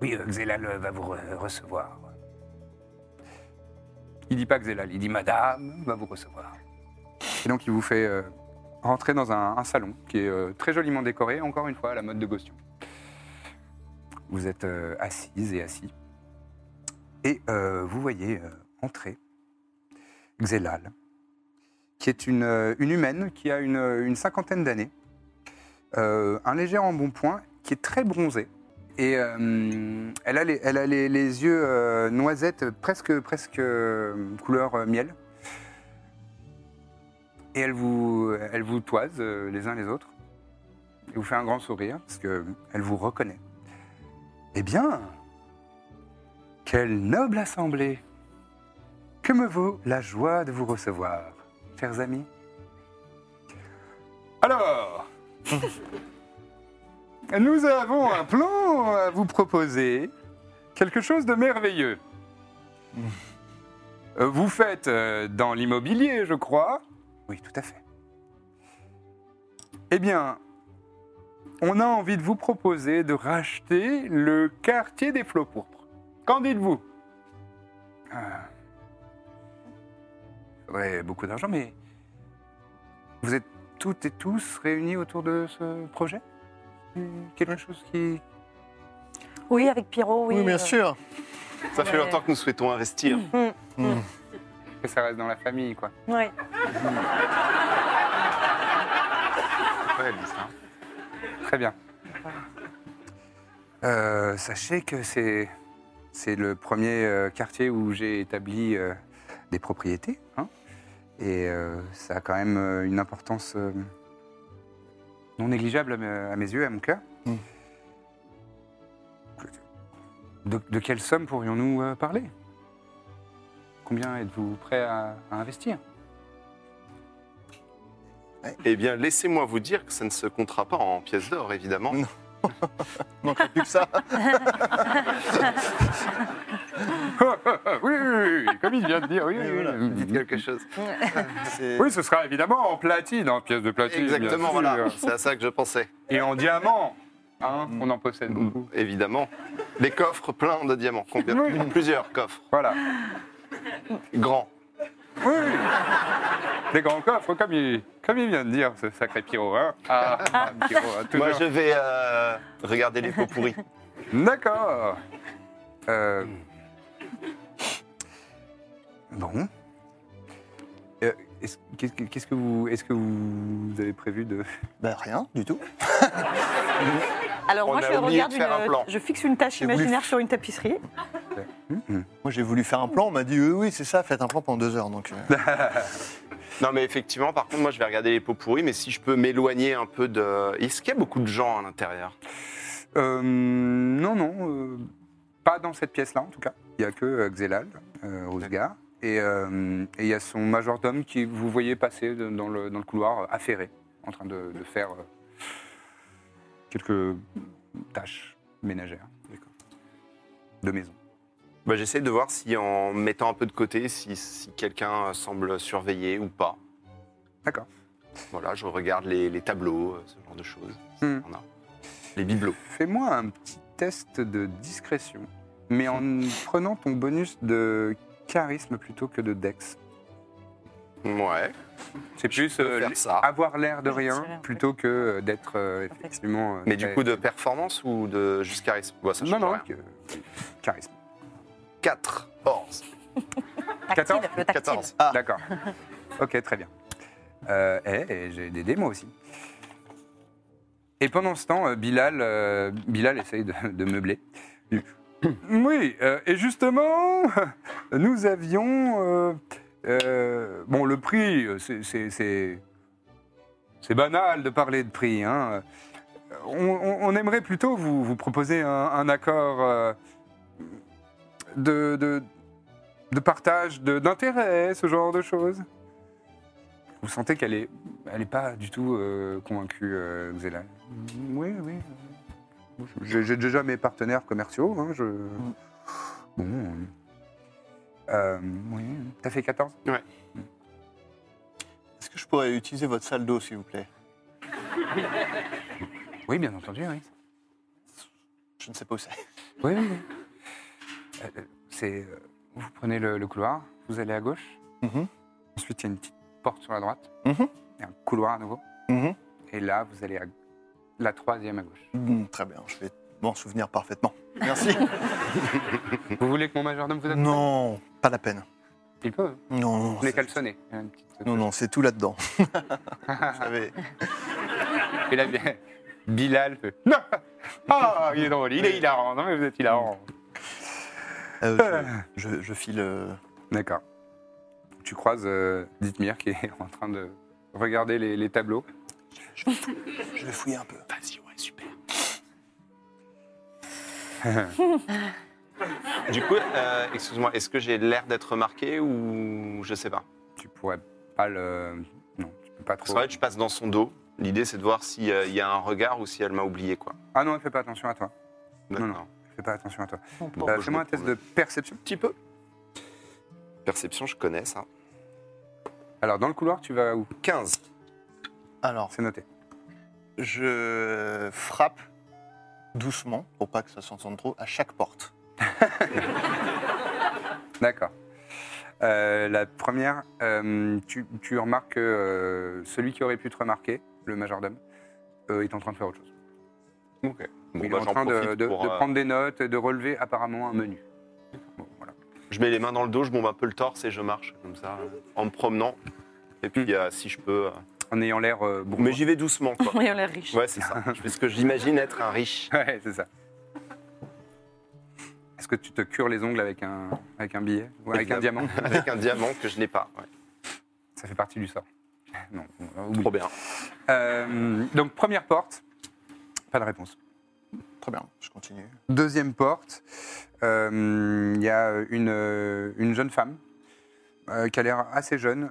B: Oui, euh, Xélal euh, va vous re- recevoir. Il dit pas Xélal, il dit Madame va vous recevoir. Et donc il vous fait euh, rentrer dans un, un salon qui est euh, très joliment décoré, encore une fois à la mode de Gostion. Vous êtes euh, assise et assis. Et euh, vous voyez euh, entrer Xélal, qui est une, euh, une humaine qui a une, une cinquantaine d'années, euh, un léger embonpoint, qui est très bronzée. Et euh, elle a les, elle a les, les yeux euh, noisettes, presque, presque euh, couleur euh, miel. Et elle vous, elle vous toise euh, les uns les autres. Et vous fait un grand sourire, parce qu'elle vous reconnaît. Eh bien, quelle noble assemblée Que me vaut la joie de vous recevoir, chers amis Alors Nous avons un plan à vous proposer, quelque chose de merveilleux. Euh, Vous faites euh, dans l'immobilier, je crois Oui, tout à fait. Eh bien, on a envie de vous proposer de racheter le quartier des flots pourpres. Qu'en dites-vous Ah. Faudrait beaucoup d'argent, mais vous êtes toutes et tous réunis autour de ce projet Quelque chose qui...
H: Oui, avec Pierrot, oui.
F: Oui, bien
H: euh,
F: sûr.
D: Ça fait
H: Ouais.
D: longtemps que nous souhaitons investir.
B: que ça reste dans la famille, quoi.
H: ouais.
D: Ouais, elle dit
B: hein.
D: ça.
B: Très bien. Euh, sachez que c'est c'est le premier euh, quartier où j'ai établi euh, des propriétés, hein. et euh, ça a quand même euh, une importance euh, non négligeable à, me- à mes yeux, à mon cœur.
F: Mm.
B: De, de quelle somme pourrions-nous euh, parler Combien êtes-vous prêt à- à investir
D: Eh bien, laissez-moi vous dire que ça ne se comptera pas en pièces d'or, évidemment.
B: Mm.
F: Non. Il manquerait plus que ça.
B: Ah, ah, ah, oui, oui, oui, comme il vient de dire, oui, oui,
F: Oui, voilà. Mm.
B: oui.
D: Dites quelque chose.
F: C'est-
B: Oui, ce sera évidemment en platine, en pièce de platine. bien
D: Exactement,
B: sûr.
D: voilà. C'est à ça que je pensais.
B: Et en diamant, hein, on en possède beaucoup.
D: Évidemment. Les coffres pleins de diamants. Combien
B: Oui.
D: Plusieurs coffres.
B: Voilà.
D: Grands.
B: Oui, oui. Des grands coffres, comme il, comme il vient de dire, ce sacré Pierrot. Hein. Ah, ah, Pierrot, hein, toujours.
D: Moi, je vais euh, regarder les pots pourris.
B: D'accord. Euh, Bon. Euh, est-ce- Qu'est-ce que- qu'est-ce que vous, est-ce que vous avez prévu de
F: Ben, rien du tout.
H: Alors
D: On
H: moi,
D: a
H: je
D: oublié
H: regarde
D: de faire
H: une-
D: un plan.
H: Je fixe une tâche
F: voulu-
H: imaginaire sur une tapisserie.
F: Moi, j'ai voulu faire un plan. On m'a dit, oui, oui, c'est ça, faites un plan pendant deux heures. Donc, euh,
D: Non, mais effectivement, par contre, moi, je vais regarder les pots pourris, mais si je peux m'éloigner un peu de. Est-ce qu'il y a beaucoup de gens à l'intérieur
B: Euh, non, non. euh, pas dans cette pièce-là, en tout cas. Il n'y a que euh, Xelal, euh, Rosgar. Et euh, et il y a son majordome qui vous voyez passer de- dans le, dans le couloir, euh, affairé, en train de, de faire euh, quelques tâches ménagères. De maison.
D: bah, J'essaie de voir si, en mettant un peu de côté, si, si quelqu'un euh, semble surveiller ou pas.
B: D'accord.
D: Voilà, je regarde les, les tableaux, euh, ce genre de choses.
B: Hmm.
D: On a. Les bibelots.
B: Fais-moi un petit test de discrétion, mais en prenant ton bonus de charisme plutôt que de dex.
D: Ouais,
B: C'est plus euh,
D: je peux faire ça.
B: avoir l'air de
H: Je sais
B: rien
H: rien.
B: plutôt que euh, d'être euh, effectivement. euh,
D: Mais du
B: très-
D: coup, de performance ou de juste charisme Ouais, ça
B: non,
D: change
B: non,
D: rien.
B: que- charisme.
D: 4. Force.
H: Tactile,
B: 14,
H: le tactile.
D: 14.
B: D'accord. ok, très bien. Euh, et, et j'ai des démos aussi. Et pendant ce temps, euh, Bilal, euh, Bilal essaye de, de meubler. Oui, euh, et justement, nous avions... euh, euh, bon, le prix, euh, c'est- c'est- c'est c'est banal de parler de prix. hein. On, on- on aimerait plutôt vous, vous proposer un, un accord euh, de- de, de partage de- d'intérêt, ce genre de choses. Vous sentez qu'elle est, elle est pas du tout euh, convaincue, euh, Xela. Mm, Oui, oui. J'ai j'ai déjà mes partenaires commerciaux. hein, je... Bon. euh, euh, oui. Mm. T'as fait 14
F: est-ce que je pourrais utiliser votre salle d'eau, s'il vous plaît
B: Oui, bien entendu, oui.
F: Je ne sais pas où c'est.
B: Oui, oui, oui. Euh, euh, c'est, euh, vous prenez le, le couloir, vous allez à gauche.
F: Mhm.
B: Ensuite, il y a une petite porte sur la droite.
F: Mhm.
B: Il y a un couloir à nouveau.
F: Mhm.
B: Et là, vous allez à la troisième à gauche.
F: Mm, très bien, je vais m'en souvenir parfaitement. Merci.
B: Vous voulez que mon majordome vous accompagne
F: non, pas la peine.
B: Il peut. hein.
F: Non, non,
B: Vous les
F: c'est-
B: calçonnez. Il y a une petite-
F: non, non, c'est tout là-dedans. Vous savez.
B: Et là, bien- Bilal fait Non Ah, il est drôle, il est hilarant. Non, mais vous êtes hilarant.
F: Euh, je, je- je file. euh,
B: D'accord. Tu croises euh, Dithmir qui est en train de regarder les, les tableaux.
F: Je vais fouiller un peu. Vas-y, ouais, super.
D: Du coup, euh, excuse-moi, est-ce que j'ai l'air d'être remarqué ou je sais pas
B: Tu pourrais pas le. Non, tu peux pas
D: Parce
B: trop.
D: qu'en fait, je passe dans son dos. L'idée, c'est de voir s'il y a un regard ou si elle m'a oublié, quoi.
B: Ah non, fais pas attention à toi. Non,
D: D'accord.
B: non, fais pas attention à toi.
D: Bon,
B: Euh,
D: Oh, je
B: Fais-moi
D: me
B: un test
D: promène.
B: de perception.
D: Un petit peu. Perception, je connais ça.
B: Alors, dans le couloir, tu vas où
D: 15.
F: Alors,
B: C'est noté.
F: je frappe doucement, pour pas que ça s'entende trop, à chaque porte.
B: D'accord. Euh, la première, euh, tu, tu remarques que euh, celui qui aurait pu te remarquer, le majordome, euh, est en train de faire autre chose.
D: Ok. Bon,
B: Il
D: bah,
B: est en
D: j'en
B: train de,
D: profite
B: de-
D: pour,
B: de
D: euh,
B: prendre des notes et de relever apparemment un menu. Bon, voilà.
D: Je mets les mains dans le dos, je bombe un peu le torse et je marche comme ça, euh, en me promenant. Et puis, euh, si je peux. euh,
B: En ayant l'air euh, bourgeois.
D: Mais j'y vais doucement, quoi.
E: Oui, on est riche.
D: Ouais, c'est ça. Je fais ce que j'imagine être un riche.
B: Ouais, c'est ça. Est-ce que tu te cures les ongles avec un, avec un billet Ou avec un diamant
D: Avec un diamant que je n'ai pas. ouais.
B: Ça fait partie du sort. Non, euh, oui.
D: Trop bien.
B: Euh, donc, première porte, pas de réponse.
F: Très bien, je continue.
B: Deuxième porte, euh, il y a une, euh, une jeune femme euh, qui a l'air assez jeune.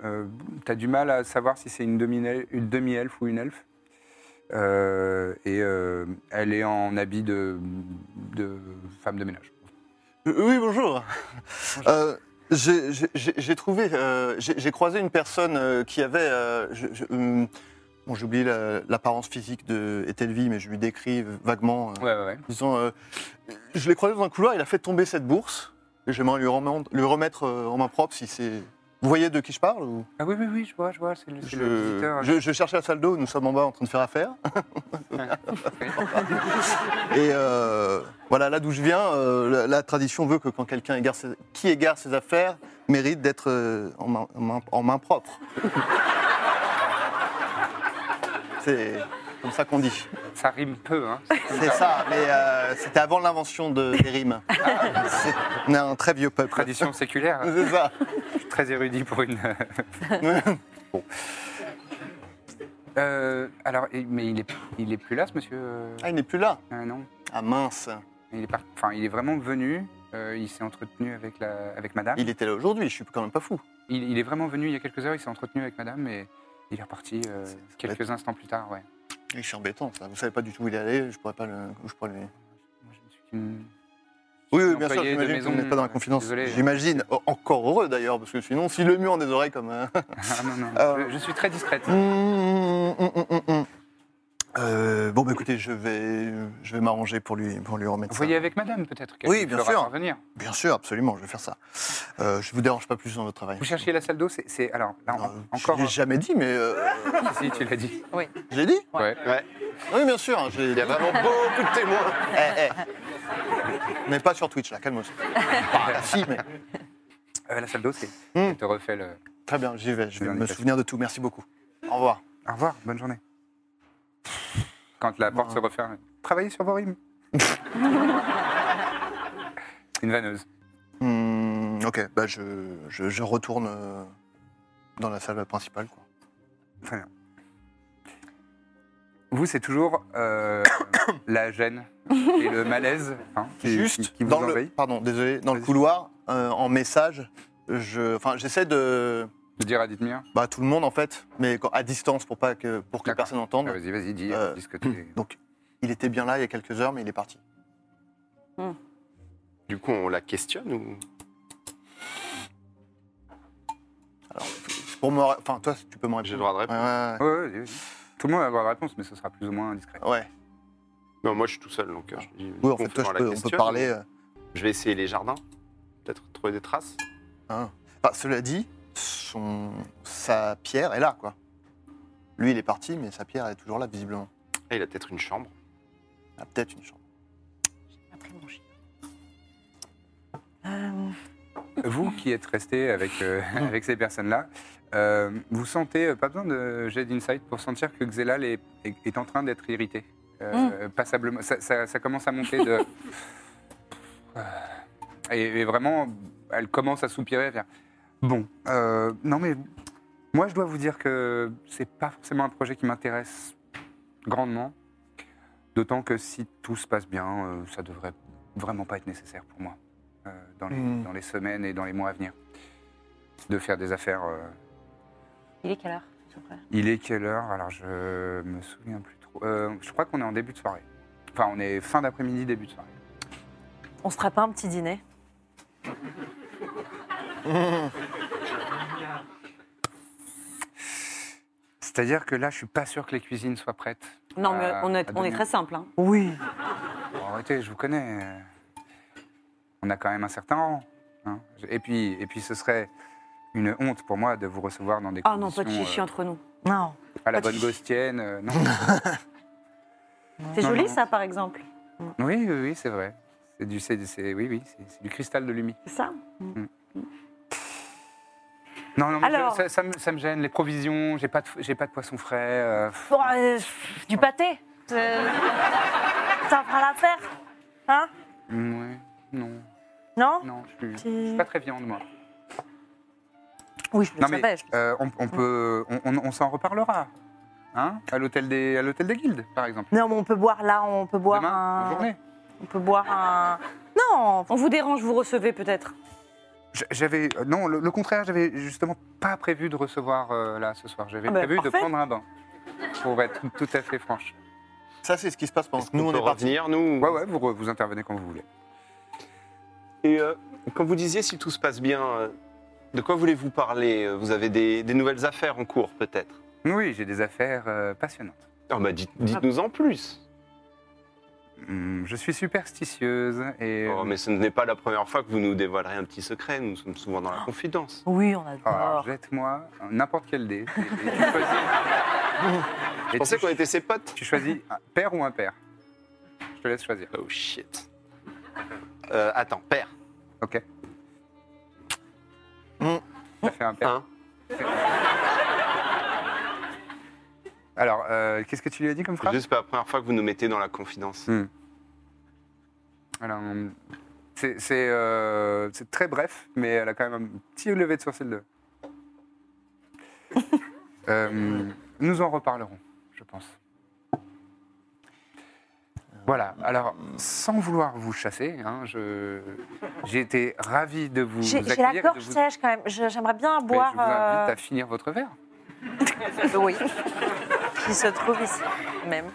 B: tu as du mal à savoir si c'est une demi-elfe une demi ou une elfe. Euh, et euh, elle est en habit de, de femme de ménage.
F: Euh, Oui, bonjour. Euh, j'ai- j'ai- J'ai j'ai trouvé, euh, j'ai j'ai croisé une personne euh, qui avait, euh, je- je- hum, bon, j'ai oublié la- l'apparence physique de Etelvi, mais je lui décris vaguement, euh,
B: Ouais, ouais, ouais.
F: disant, euh, je l'ai croisé dans un couloir, il a fait tomber cette bourse, et j'aimerais lui, remettre- lui remettre euh, en main propre si c'est. Vous voyez de qui je parle ou
B: Ah oui, oui, oui, je vois, je vois, c'est le, c'est
F: je,
B: le visiteur.
F: je- je cherchais la salle d'eau, nous sommes en bas en train de faire affaire. Et euh, voilà, là d'où je viens, euh, la, la tradition veut que quand quelqu'un égare ses- qui égare ses affaires mérite d'être euh, en, main, en main- en main propre. C'est comme ça qu'on dit.
B: Ça rime peu, hein.
F: C'est ça, mais euh, c'était avant l'invention de- des rimes. C'est- On est un très vieux peuple.
B: Tradition séculaire, hein.
F: C'est ça.
B: Je suis très érudit pour une. Bon. Euh, alors, et- mais il est, il est plus là, ce monsieur. euh,
F: Ah, il n'est plus là.
B: euh, non,
F: Ah mince.
B: il est par- Enfin, il est vraiment venu. euh, il s'est entretenu avec la, avec Madame. Il...
F: Il était là aujourd'hui, je suis quand même pas fou.
B: il est vraiment venu il y a quelques heures. Il s'est entretenu avec Madame et il est reparti euh,
F: C'est- c'est
B: quelques instants plus tard. Ouais.
F: Et je suis embêtant, ça. Vous savez pas du tout où il est allé, je pourrais pas le. Je pourrais le-
B: Moi, je ne suis qu'une-
F: Oui, oui,
B: Un
F: bien sûr,
B: employé de
F: j'imagine que vous
B: maison,
F: n'êtes pas dans la
B: euh,
F: confidence.
B: désolé.
F: J'imagine, Oh, encore heureux d'ailleurs, parce que sinon, si le mur en des oreilles comme. euh,
B: Ah, non, non.
F: Euh.
B: Je, je suis très discrète.
F: hum, hum, hum, hum, hum. Euh, bon, bah écoutez, je vais, je vais m'arranger pour lui, pour lui remettre
B: Vous
F: ça.
B: voyez avec Madame peut-être. qu'elle
F: Oui,
B: vous
F: bien
B: fera
F: sûr.
B: parvenir.
F: Bien sûr, absolument, je vais faire ça. Euh, je vous dérange pas plus dans votre travail.
B: Vous cherchiez la salle d'eau. C'est, c'est- alors là, en-
F: Euh,
B: encore.
F: Je l'ai jamais dit, mais. euh,
B: Si, tu l'as dit.
F: je l'ai dit
B: Ouais.
D: Ouais.
F: Oui, bien sûr. hein, j'ai-
D: Il y a vraiment beaucoup de témoins.
F: Eh, eh. On n'est pas sur Twitch, là, calme-toi. Ah, si, mais.
B: Euh, la salle d'eau, c'est.
F: Hmm.
B: Je te refais le.
F: Très bien, j'y vais, je vais
B: Bien,
F: me
B: nickel.
F: souvenir de tout. Merci beaucoup. Au revoir.
B: Au revoir, bonne journée. Quand la porte se referme, travaillez sur vos rimes. Une vanneuse.
F: Hmm, ok, bah je, je, je retourne euh, dans la salle principale. Quoi.
B: Très bien. Vous, c'est toujours euh, la gêne et le malaise hein, qui, qui- qui vous
F: dans le,
B: envahit.
F: pardon, désolé, dans le
B: Vas-y.
F: couloir, euh, en message, je, enfin, j'essaie de,
B: De dire à Dithmir,
F: bah, tout le monde en fait, mais quand- à distance pour pas que pour que
B: D'accord.
F: personne entende.
B: Ah, vas-y, vas-y, dis,
F: Euh,
B: dis ce que t'es.
F: Donc, il était bien là il y a quelques heures, mais il est parti.
D: Du coup, on la questionne ou
F: Pour moi, enfin, toi, tu peux me répondre.
D: j'ai le droit de
F: Ouais,
D: répondre
F: ouais,
B: Ouais, ouais, vas-y, vas-y. Tout le monde va avoir la réponse, mais ce sera plus ou moins discret.
F: ouais. Ouais.
D: Non, moi, je suis tout seul, donc euh, je,
F: Ah. Oui, en fait,
D: confirme
F: toi, je
D: la
F: peux- on
D: question,
F: peut parler.
D: mais
F: euh,
D: Je vais essayer les jardins, peut-être trouver des traces.
F: hein. Enfin, cela dit, son... sa pierre est là, quoi. Lui, il est parti, mais sa pierre est toujours là, visiblement.
D: Ah, il a peut-être une chambre.
F: Il a peut-être une chambre.
E: Après mon chien. Euh,
B: Vous qui êtes resté avec, euh,
F: Mm.
B: avec ces personnes-là, euh, vous sentez, euh, pas besoin de jet d'insight pour sentir que Xelal est, est- est en train d'être irrité. Euh, Passablement. Ça, ça- ça commence à monter de. et, et vraiment, elle commence à soupirer. à faire, Bon, euh, non mais moi je dois vous dire que c'est pas forcément un projet qui m'intéresse grandement. D'autant que si tout se passe bien, euh, ça devrait vraiment pas être nécessaire pour moi euh, dans, les,
F: Hmm.
B: dans les semaines et dans les mois à venir de faire des affaires. euh.
E: il est quelle heure à peu près
B: Il est quelle heure Alors je me souviens plus trop. Euh, je crois qu'on est en début de soirée. Enfin, on est fin d'après-midi, début de soirée.
E: On se fera pas un petit dîner
B: C'est-à-dire que là, je suis pas sûr que les cuisines soient prêtes.
E: Non, mais
B: à-
E: on
B: Euh, à
E: est, on est
B: demain.
E: très simple. Hein.
H: Oui.
B: Bon, arrêtez, je vous connais. On a quand même un certain rang. hein. Et, puis, et puis, ce serait une honte pour moi de vous recevoir dans des
E: Ah non,
B: conditions
E: pas de chichi
B: euh,
E: entre nous.
H: Non.
B: à la
E: pas
B: bonne
E: de chichi.
B: ghostienne. euh, non.
E: C'est
B: Non,
E: joli
B: non.
E: ça, par exemple.
B: oui, oui, oui, c'est vrai. C'est du, c'est, c'est- oui, oui, c'est, c'est du cristal de lumi.
E: C'est ça
B: Non, non, mais je-
E: Alors-
B: ça, ça me, ça me gêne. Les provisions, j'ai pas de, j'ai pas de poisson frais. euh,
E: Bon, euh, pff, Du pâté euh,
H: Ça fera l'affaire. Hein
B: mm, ouais, non,
H: Non
B: non, je suis,
H: Tu-
B: je suis pas très viande, moi.
H: Oui, je le
B: Non, mais
H: savais. je-
B: euh, on, on peut, on, on- on s'en reparlera. Hein à, l'hôtel des, à l'hôtel des guildes, par exemple.
H: Non, mais on peut boire là, on peut boire
B: Demain, en
H: un.
B: journée.
H: On peut boire un. Non
E: On vous dérange, vous recevez peut-être
B: J- J'avais euh, non le, le contraire, j'avais justement pas prévu de recevoir euh, là ce soir. J'avais
H: Ah bah,
B: prévu de
H: parfait.
B: prendre un bain, pour être tout à fait franche.
F: Ça, c'est ce qui se passe pendant
D: Est-ce
F: que nous,
D: qu'on
F: on
D: peut
F: est partis.
D: revenir, nous
B: Ouais ouais, vous, re- vous intervenez quand vous voulez.
D: Et euh, quand vous disiez si tout se passe bien, euh, de quoi voulez-vous parler euh? Vous avez des, des nouvelles affaires en cours, peut-être
B: Oui, j'ai des affaires euh, passionnantes.
D: Ah bah, dites- dites-nous en plus.
B: Hum, je suis superstitieuse et euh,
D: Oh, mais ce n'est pas la première fois que vous nous dévoilerez un petit secret. Nous sommes souvent dans la
B: Ah.
D: confidence.
H: Oui, on
B: Alors, ah,
H: adore.
B: jette-moi n'importe quel dé. et- et tu choisis- Et
D: Je pensais
B: tu-
D: qu'on était ses potes.
B: Tu choisis un père ou un père. Je te laisse choisir.
D: Oh shit. Euh, attends, père.
B: Ok.
F: Mm.
B: T'as fait un père.
D: Hein
B: Alors, euh, qu'est-ce que tu lui as dit comme
D: C'est
B: phrase
D: juste pas la première fois que vous nous mettez dans la
B: Hmm.
D: confidence.
B: Alors, c'est c'est, euh, c'est très bref, mais elle a quand même un petit lever de sourcil de. Euh, nous en reparlerons, je pense. Voilà, alors sans vouloir vous chasser, hein, je- j'ai été ravi de vous
H: J'ai j'ai
B: accueillir.
H: la
B: et
H: gorge
B: de vous-
H: sèche quand même. Je- J'aimerais bien
B: Mais
H: boire.
B: je vous invite
H: euh,
B: à finir votre verre.
H: Oui. Qui se trouve ici même.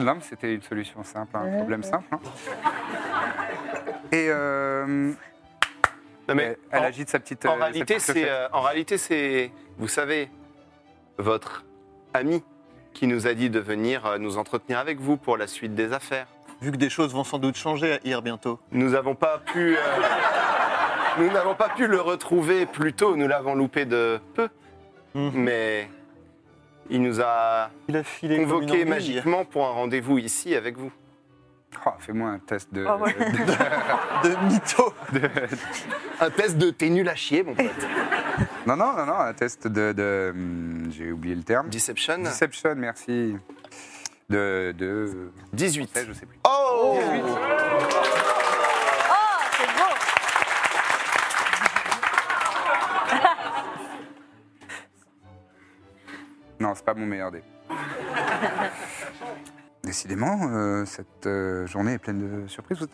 B: Non, mais c'était une solution simple, un problème simple. hein. Et euh,
D: Non, mais
B: elle, elle
D: en-
B: agite sa petite. euh,
D: en,
B: sa
D: réalité,
B: petite
D: c'est,
B: clochette.
D: euh, en réalité, c'est, vous savez, votre ami qui nous a dit de venir euh, nous entretenir avec vous pour la suite des affaires.
F: Vu que des choses vont sans doute changer à hier bientôt.
D: Nous n'avons pas pu. euh, nous n'avons pas pu le retrouver plus tôt, nous l'avons loupé de peu. Hmm.
F: Mhm.
D: Mais il nous a
F: Il a filé comme une
D: convoqué
F: anguille.
D: magiquement pour un rendez-vous ici avec vous.
B: Oh, Fais-moi un test de.
H: Oh, ouais.
F: De mytho.
D: Un test de t'es nul à chier, mon pote.
B: non, non, non, non, un test de. de, hum, J'ai oublié le terme.
D: Deception
B: Deception, merci. De. de...
D: 18.
B: Ouais, Je sais plus.
D: Oh
H: Oh, c'est beau
B: Non, c'est pas mon meilleur dé. Décidément, euh, cette euh, journée est pleine de surprises. Vous-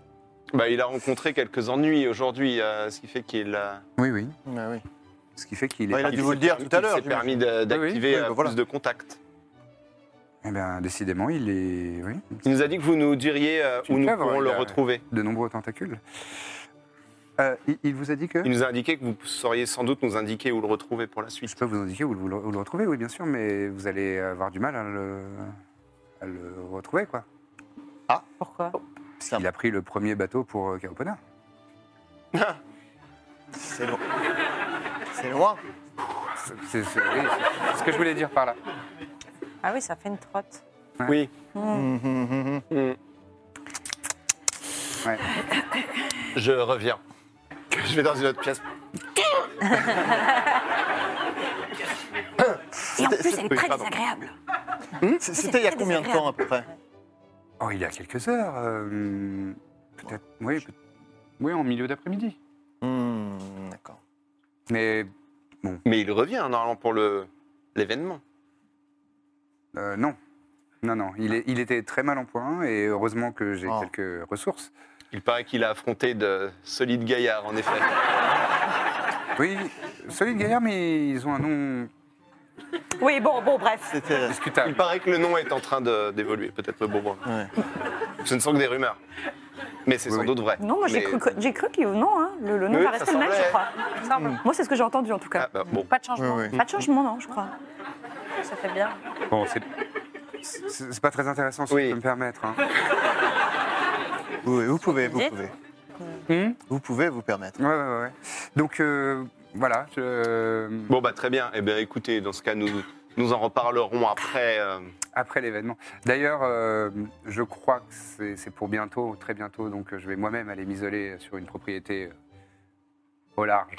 D: bah, Il a rencontré quelques ennuis aujourd'hui, euh, ce qui fait qu'il a,
B: Oui, oui.
F: Ah oui.
B: Ce qui fait qu'il est.
F: Ouais, il a
D: il
F: dû vous
D: s'est
F: le dire
D: permis-
F: tout à
D: il
F: l'heure.
D: s'est
F: j'imagine.
D: permis de-
B: Oui, oui.
D: d'activer
F: Oui,
D: euh,
F: bah voilà.
D: plus de contacts.
B: Eh bien, décidément, il est. Oui.
D: Il nous a dit que vous nous diriez euh,
B: C'est
D: où
B: une
D: nous
B: pieuvre,
D: pourrons
B: il
D: le
B: a- Hein
D: retrouver.
B: de nombreux tentacules. Euh, il, il vous a dit que
D: Il nous a indiqué que vous sauriez sans doute nous indiquer où le retrouver pour la
B: Je
D: suite.
B: peux vous indiquer où, le- où le- où le retrouver, oui, bien sûr, mais vous allez avoir du mal à le, à le retrouver, quoi.
E: Pourquoi
F: Ça-
B: Il a pris le premier bateau pour euh, Kaopona.
F: C'est loin. C'est loin.
B: C'est c'est- c'est- oui, c'est- c'est ce que je voulais dire par là.
E: Ah oui, ça fait une trotte.
D: Oui.
B: Mmh.
F: Mhm, mhm, mhm.
D: Mm.
B: Ouais.
D: Je reviens. Je vais dans une autre pièce.
E: Et en
F: C'était-
E: plus,
F: c'est-
E: elle est
F: oui,
E: très
F: pardon.
E: désagréable.
F: C'est- C'était il y a combien de temps à peu près
B: Oh, il y a quelques heures. euh, Peut-être. Oui, peut- oui, en milieu d'après-midi.
F: Hmm, D'accord.
B: Mais
D: Mais il revient normalement pour le l'événement.
B: euh, non. Non, non. Il, est- il était très mal en point et heureusement que j'ai
F: Oh.
B: quelques ressources.
D: Il paraît qu'il a affronté de solides gaillards, en effet.
B: Oui, solide gaillard, mais ils ont un nom
E: Oui, bon, bon, bref.
F: C'était.
D: Il
B: discutable.
D: paraît que le nom est en train de- d'évoluer, peut-être le bon moment.
F: ouais.
D: Ce ne sont que des rumeurs. Mais c'est
B: Oui,
D: sans
B: oui.
D: doute vrai.
E: Non, moi j'ai
D: Mais-
E: cru, que- j'ai cru que non, hein, le, le nom
D: Oui,
E: va
D: ça
E: rester le même,
D: semblait.
E: je crois. Moi, c'est ce que j'ai entendu en tout
D: Ah,
E: cas.
D: bah, bon.
E: Pas de changement.
F: Oui, oui.
E: Pas de changement, non, je crois. Ça fait bien.
B: Bon, c'est. C'est c'est pas très intéressant si
D: Oui.
B: je peux me permettre. hein.
F: Oui, vous pouvez, vous
E: Dites.
F: pouvez.
B: Hmm
F: Vous pouvez vous permettre.
B: Ouais, ouais, ouais. Donc, euh, voilà. je-
D: Bon, bah très bien. Eh bien, écoutez, dans ce cas, nous, nous en reparlerons après. euh,
B: Après l'événement. D'ailleurs, euh, je crois que c'est c'est pour bientôt, très bientôt, donc euh, je vais moi-même aller m'isoler sur une propriété euh, au large.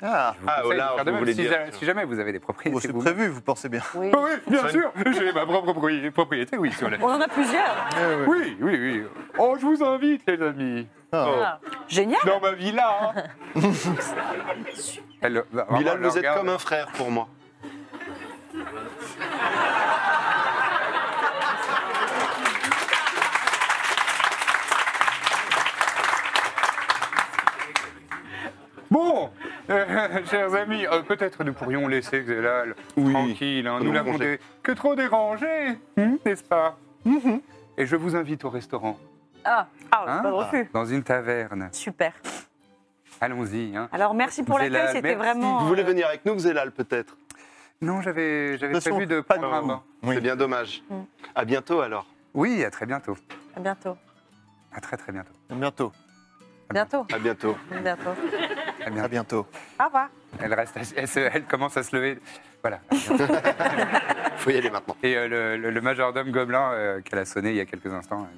F: Ah,
B: Je vous
D: Ah, au
B: conseille de
D: large,
B: faire de
D: vous
B: même.
D: voulez
B: si,
D: dire.
B: ja- si jamais vous avez des
F: bon,
B: propriétés,
F: c'est
B: vous-
F: prévu, vous pensez bien.
E: Oui.
B: Oh, Oui, bien sûr, j'ai ma propre propriété- propriété, oui, sur la...
E: On en a plusieurs.
B: Oui, oui, oui. Oh, je vous invite, les amis.
E: Ah. Génial.
B: Dans ma villa. hein. Elle, bah, vraiment,
D: Bilal,
B: elle
D: vous êtes
B: regarde.
D: comme un frère pour moi.
B: Bon, euh, chers amis, euh, peut-être nous pourrions laisser Xelal tranquille. hein, nous
D: Nous
B: l'avons
D: ranger.
B: dé- que trop dérangé, hein, n'est-ce pas Mhm. Et je vous invite au restaurant,
E: Ah, ah
B: Hein
E: pas de refus.
B: dans une taverne.
E: Super.
B: Allons-y. hein.
E: Alors merci pour
B: Zélal,
E: l'accueil, c'était
B: merci.
E: vraiment.
D: Vous voulez venir avec nous, Zélal, peut-être
B: Non, j'avais j'avais
F: Attention,
B: prévu de
F: pas de-
B: prendre un bain.
D: C'est bien dommage. À bientôt alors.
B: Oui, à très bientôt.
E: euh, À bientôt.
B: À très très bientôt.
F: Bientôt.
E: Bientôt.
D: À bientôt.
E: Bientôt.
B: À
F: À
B: bientôt.
F: bientôt.
E: Au revoir.
B: Elle reste, assis- elle, se- elle commence à se lever. Voilà.
D: Faut y aller maintenant.
B: Et euh, le, le- le majordome gobelin euh, qu'elle a sonné il y a quelques instants. euh,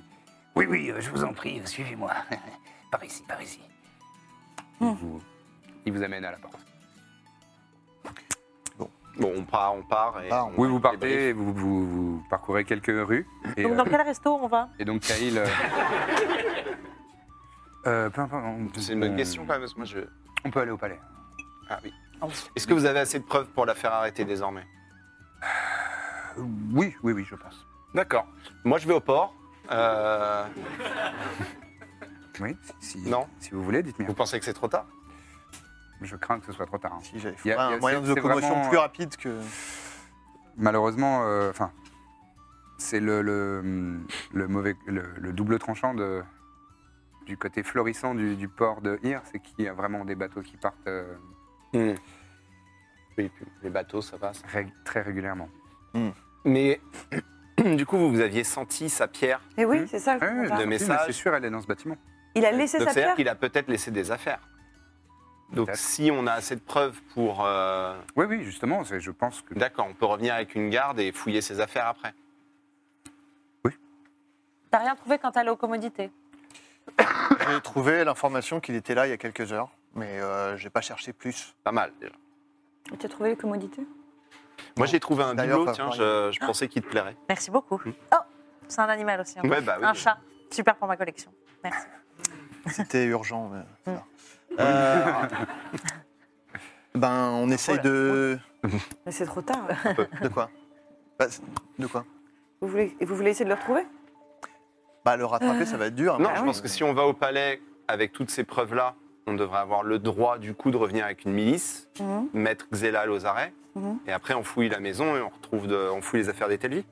B: oui, oui, euh, je vous en prie, euh, suivez-moi. par ici, par ici.
E: Hmm.
B: Il, vous, il vous amène à la porte.
D: Bon, on part, on part. Et
F: Ah, on
B: Oui, vous
D: débrief.
B: partez, vous, vous- vous parcourez quelques rues. Et
E: Donc
B: euh,
E: dans quel resto on va
B: et donc Kyle. euh, euh, peu importe. on-
D: C'est une
B: on-
D: bonne question quand même. parce que Moi, je...
B: On peut aller au palais.
D: Ah oui. Est-ce que vous avez assez de preuves pour la faire arrêter désormais
B: Euh, Oui, oui, oui, je pense.
D: D'accord. Moi, je vais au port. Euh,
B: Oui, si, si-
D: Non.
B: si vous voulez, dites-moi.
D: Vous pensez que c'est trop tard
B: Je crains que ce soit trop tard. hein.
F: Si j'avais
B: Y a- y a-
F: un moyen
B: c'est-
F: de
B: c'est
F: commotion
B: vraiment-
F: plus rapide que.
B: Malheureusement, euh, enfin, c'est le, le, le mauvais, le, le double tranchant de, du côté florissant du, du port de Hir, c'est qu'il y a vraiment des bateaux qui partent euh,
D: Oui, puis les bateaux, ça passe.
B: rég- très régulièrement.
D: Mais du coup, vous, vous aviez senti sa pierre
E: Eh oui,
B: Hmm.
E: c'est ça. le
B: Oui, oui,
E: combat.
D: de-
B: mais
D: messages.
B: c'est sûr, elle est dans ce bâtiment.
E: Il a laissé
D: Donc,
E: sa
D: c'est-à-dire
E: pierre.
D: qu'il a peut-être laissé des affaires. Donc
B: Peut-être.
D: si on a assez de preuves pour... euh,
B: Oui, oui, justement, c'est- je pense que
D: D'accord, on peut revenir avec une garde et fouiller ses affaires après.
E: T'as rien trouvé quand t'allais aux commodités.
F: J'ai trouvé l'information qu'il était là il y a quelques heures, mais euh, j'ai pas cherché plus.
D: Pas mal déjà.
E: Tu as trouvé les commodités
D: Moi j'ai trouvé un
F: D'ailleurs,
D: bibelot,
F: pas
D: tiens,
F: pareil.
D: je, je pensais qu'il te plairait.
E: Merci beaucoup. Oh, c'est un animal aussi. en fait.
D: Ouais,
B: Ah
D: bah oui.
E: Ah Un chat. Super pour ma collection. Merci.
F: C'était urgent. mais ça va. Euh, ben, on essaye
E: Oh là.
F: de.
H: Mais c'est trop tard.
F: De quoi Bah, c'est- De quoi
H: Vous voulez, vous voulez essayer de le retrouver
F: Bah, le rattraper, ça va être dur. hein,
D: Non,
F: mais-
D: je pense que si on va au palais avec toutes ces preuves-là, on devrait avoir le droit du coup de revenir avec une milice,
H: Mhm.
D: mettre Xelal aux arrêts,
H: Mhm.
D: et après on fouille la maison et on retrouve de, on fouille les affaires des Telvi.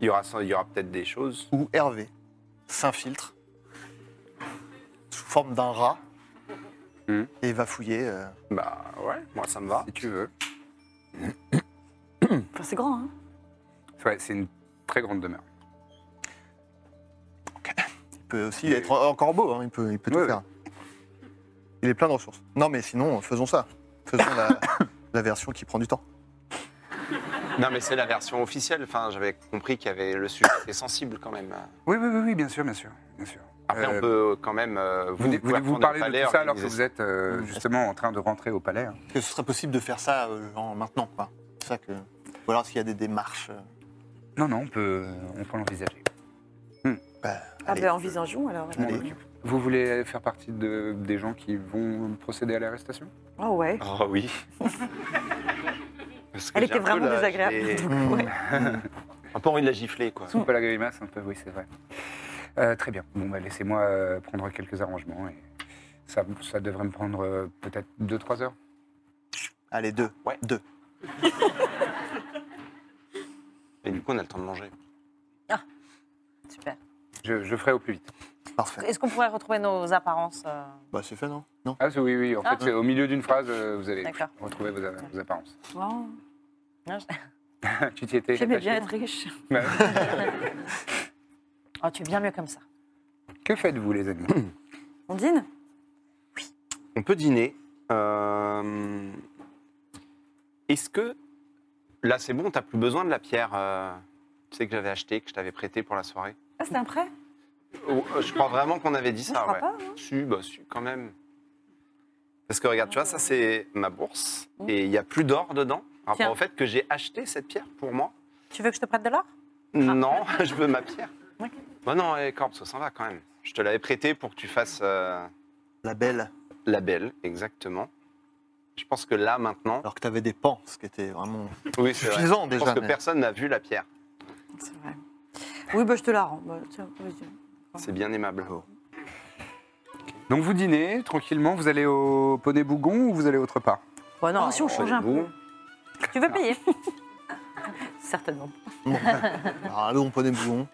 D: Il y aura, sans- il y aura peut-être des choses.
F: Ou Hervé s'infiltre sous forme d'un rat
D: Mm.
B: Mhm.
F: et va fouiller. euh,
D: Bah ouais, moi ça me va.
B: si tu veux.
H: Enfin, c'est grand, hein
B: Ouais, c'est une très grande demeure.
F: peut aussi être encore beau, hein, il peut, il peut tout
B: Oui,
F: faire. Il est plein de ressources. Non, mais sinon, faisons ça. Faisons la, la version qui prend du temps.
D: Non, mais c'est la version officielle. Enfin, j'avais compris qu'il y avait le sujet était sensible quand même.
B: Oui, oui, oui, oui, bien sûr, bien sûr. Bien sûr.
D: Après,
B: Euh,
D: on peut quand même. euh,
B: Vous, vous,
D: pouvez
B: vous
D: retourner au
B: parlez
D: palais,
B: de tout ça alors que
D: organiser-
B: vous êtes euh,
F: Mm.
B: justement en train de rentrer au palais. hein.
F: Est-ce que ce serait possible de faire ça euh, genre, maintenant quoi C'est ça que... Ou alors, est-ce qu'il y a des démarches euh,
B: Non, non, on peut, on peut l'envisager.
F: bah,
H: Ah
F: allez,
H: ben envisageons alors.
B: Je m'en
F: Allez.
B: occupe. Vous voulez faire partie de, des gens qui vont procéder à l'arrestation
H: Ah ouais.
D: Oh oui. Parce que
H: Elle
D: j'ai
H: était
D: un peu
H: vraiment
D: la-
H: désagréable.
D: j'ai des-
F: euh,
D: Un peu envie de la gifler, quoi.
B: Soupe à la grimace, un peu, oui, c'est vrai. Euh, très bien. Bon, bah, laissez-moi euh, prendre quelques arrangements. Et ça, ça devrait me prendre euh, peut-être 2-3 heures.
F: Allez, deux.
D: Ouais.
F: Deux.
D: Et du coup, on a le temps de manger.
E: Super.
B: Je, je ferai au plus vite.
F: Parfait.
E: Est-ce qu'on pourrait retrouver nos apparences euh,
F: Bah, c'est fait, non Non
B: Ah, c'est- oui, oui, en
E: Ah.
B: fait, c'est au milieu d'une phrase, euh, vous allez
E: D'accord.
B: retrouver vos, vos apparences.
H: Oh.
B: tu t'y étais
H: J'aimais
B: attachée
H: bien être riche.
B: Bah,
E: Oh, tu es bien mieux comme ça.
B: Que faites-vous, les amis
H: On dîne
D: On peut dîner. Euh, Est-ce que. Là, c'est bon, t'as plus besoin de la pierre. euh, Tu sais que j'avais acheté, que je t'avais prêté pour la soirée.
H: Ah, c'était un prêt
D: Oh, euh, je crois vraiment qu'on avait dit
H: Non,
D: ça,
H: je
B: Ah
H: crois
D: ouais.
H: pas. hein.
D: Si, bah, si, quand même. Parce que regarde, tu vois, ça
E: Euh.
D: c'est ma bourse et il n'y a plus d'or dedans. Par
E: Mmh. Tiens.
D: rapport au fait que j'ai acheté cette pierre pour moi.
E: Tu veux que je te prête de l'or
D: Non, je veux ma pierre.
E: Ah. Ok.
D: Bah non, eh, Corbe, ça s'en va quand même. Je te l'avais prêté pour que tu fasses euh,
F: La belle.
D: la belle, exactement. Je pense que là maintenant.
F: Alors que t'avais des pans, ce qui était vraiment
D: Oui, c'est vrai.
F: Ah. suffisant
D: Je
F: déjà.
D: pense que
F: mais-
D: personne n'a vu la pierre.
H: C'est vrai. Oui, bah, je te la rends. Bah, tiens, vas-y.
E: Oh.
D: C'est bien aimable.
B: Donc, vous dînez tranquillement, vous allez au Poney Bougon ou vous allez autre part
E: Bon, Bah, non,
H: Oh, si on
E: on change un peu.
D: Vous,
E: Tu
B: Ah.
E: veux payer Certainement.
F: Bon. Alors, allons, Ah, on prenait bouillon.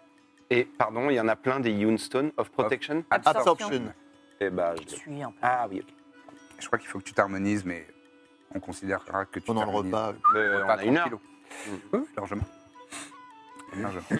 D: Et pardon, il y en a plein des Younstone of Protection.
E: Absorption.
F: Absorption.
D: Et bah,
E: Je
D: je...
E: suis un peu.
D: Ah oui, ok.
B: Je crois qu'il faut que tu t'harmonises, mais on considérera que tu
F: Pendant le
B: t'harmonises.
F: repas.
D: Euh, on
B: Pas
D: a une heure. Mmh.
B: tranquillo. Oui, Euh, largement. Largement.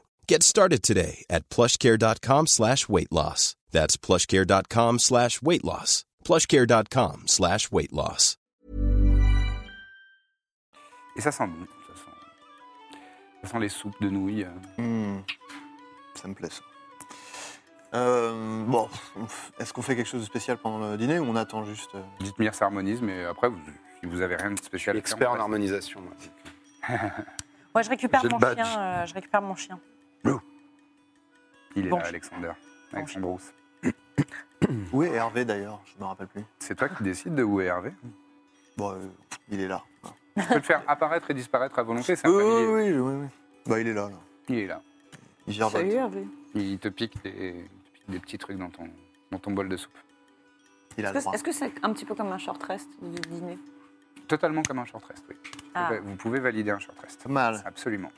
I: Get started today at plushcare.com slash weight loss. That's plushcare.com slash weight loss. plushcare.com slash weight loss.
B: Et ça sent bon. Ça sent, ça sent les soupes de nouilles. euh.
F: Hmm. Ça me plaît ça. Euh, bon, est-ce qu'on fait quelque chose de spécial pendant le dîner ou on attend juste euh,
B: Dites-moi, ça harmonise, mais après, vous, si vous avez rien de spécial. à faire,
D: Expert
B: on
D: en
B: reste.
D: harmonisation. moi.
E: Moi, je récupère
F: J'ai le
E: mon
F: badge.
E: chien. euh, je récupère mon chien.
B: Il est
E: Bon.
B: là, Alexander. Alexandros.
F: Où est Hervé d'ailleurs Je me rappelle plus.
B: C'est toi qui décides de où est Hervé.
F: Bon, euh, il est là. Ah.
B: Tu peux le faire apparaître et disparaître à volonté, c'est un
F: Oui,
B: familier.
F: oui, oui, oui, oui. Bah, il est là, là.
B: Il est là.
F: Il gère
H: Salut
F: votre-
H: Hervé.
B: Il te pique des, il te pique des petits trucs dans ton, dans ton bol de soupe.
F: Il a le
H: Est-ce
F: droit.
H: que- est-ce que c'est un petit peu comme un short rest du dîner
B: Totalement comme un short rest, oui.
E: Ah.
B: Vous pouvez valider un short rest.
F: Pas mal.
B: Absolument.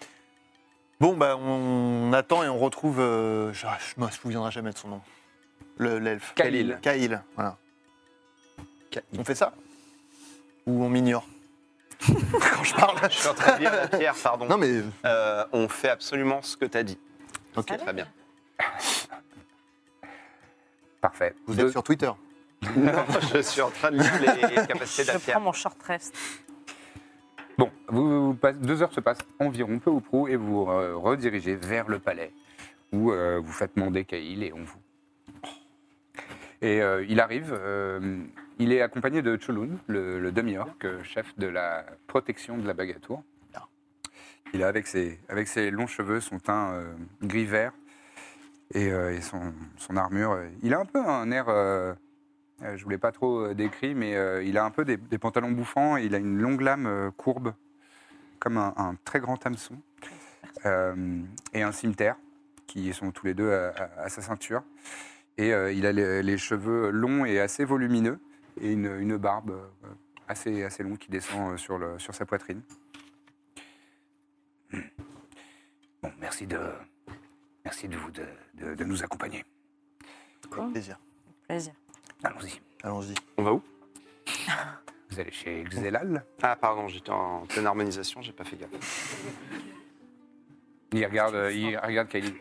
F: Bon, bah, on attend et on retrouve. euh, je, je me souviendrai jamais de son nom. Le- L'elfe.
D: Khalil.
F: Khalil, voilà. On fait ça Ou on m'ignore Quand je parle.
D: Je suis en train de lire la pierre, pardon.
F: Non, mais.
D: Euh, on fait absolument ce que tu as dit.
F: Ok.
D: Très bien.
B: Parfait.
F: Vous
B: Deux-
F: êtes sur Twitter
D: Non, je suis en train de lire les capacités
E: Je
D: de la
E: prends
D: pierre.
E: mon short rest.
B: Bon, vous, vous- vous passe- deux heures se passent environ, peu ou prou, et vous euh, redirigez vers le palais, où euh, vous faites mander Kaïl et on vous. Et euh, il arrive, euh, il est accompagné de Chulun, le, le demi-orc, euh, chef de la protection de la Bagatour. Il a avec ses, avec ses longs cheveux, son teint euh, gris-vert et, euh, et son, son armure. euh, Il a un peu un air, euh, euh, je voulais pas trop euh, décrit, mais euh, il a un peu des, des pantalons bouffants et il a une longue lame euh, courbe, comme un, un très grand hameçon. Euh, et un cimetière qui qui sont tous les deux à, à- à sa ceinture. Et euh, il a les, les cheveux longs et assez volumineux, et une, une barbe euh, assez, assez longue qui descend euh, sur, le, sur sa poitrine. Bon, merci de, merci de vous de, de- de nous accompagner.
F: Avec plaisir.
E: Plaisir.
B: Allons-y.
F: Allons-y.
D: On va où
B: Vous allez chez Xelal
D: Ah, pardon, j'étais en pleine harmonisation, j'ai pas fait gaffe.
B: Il regarde, euh, il regarde Kylie.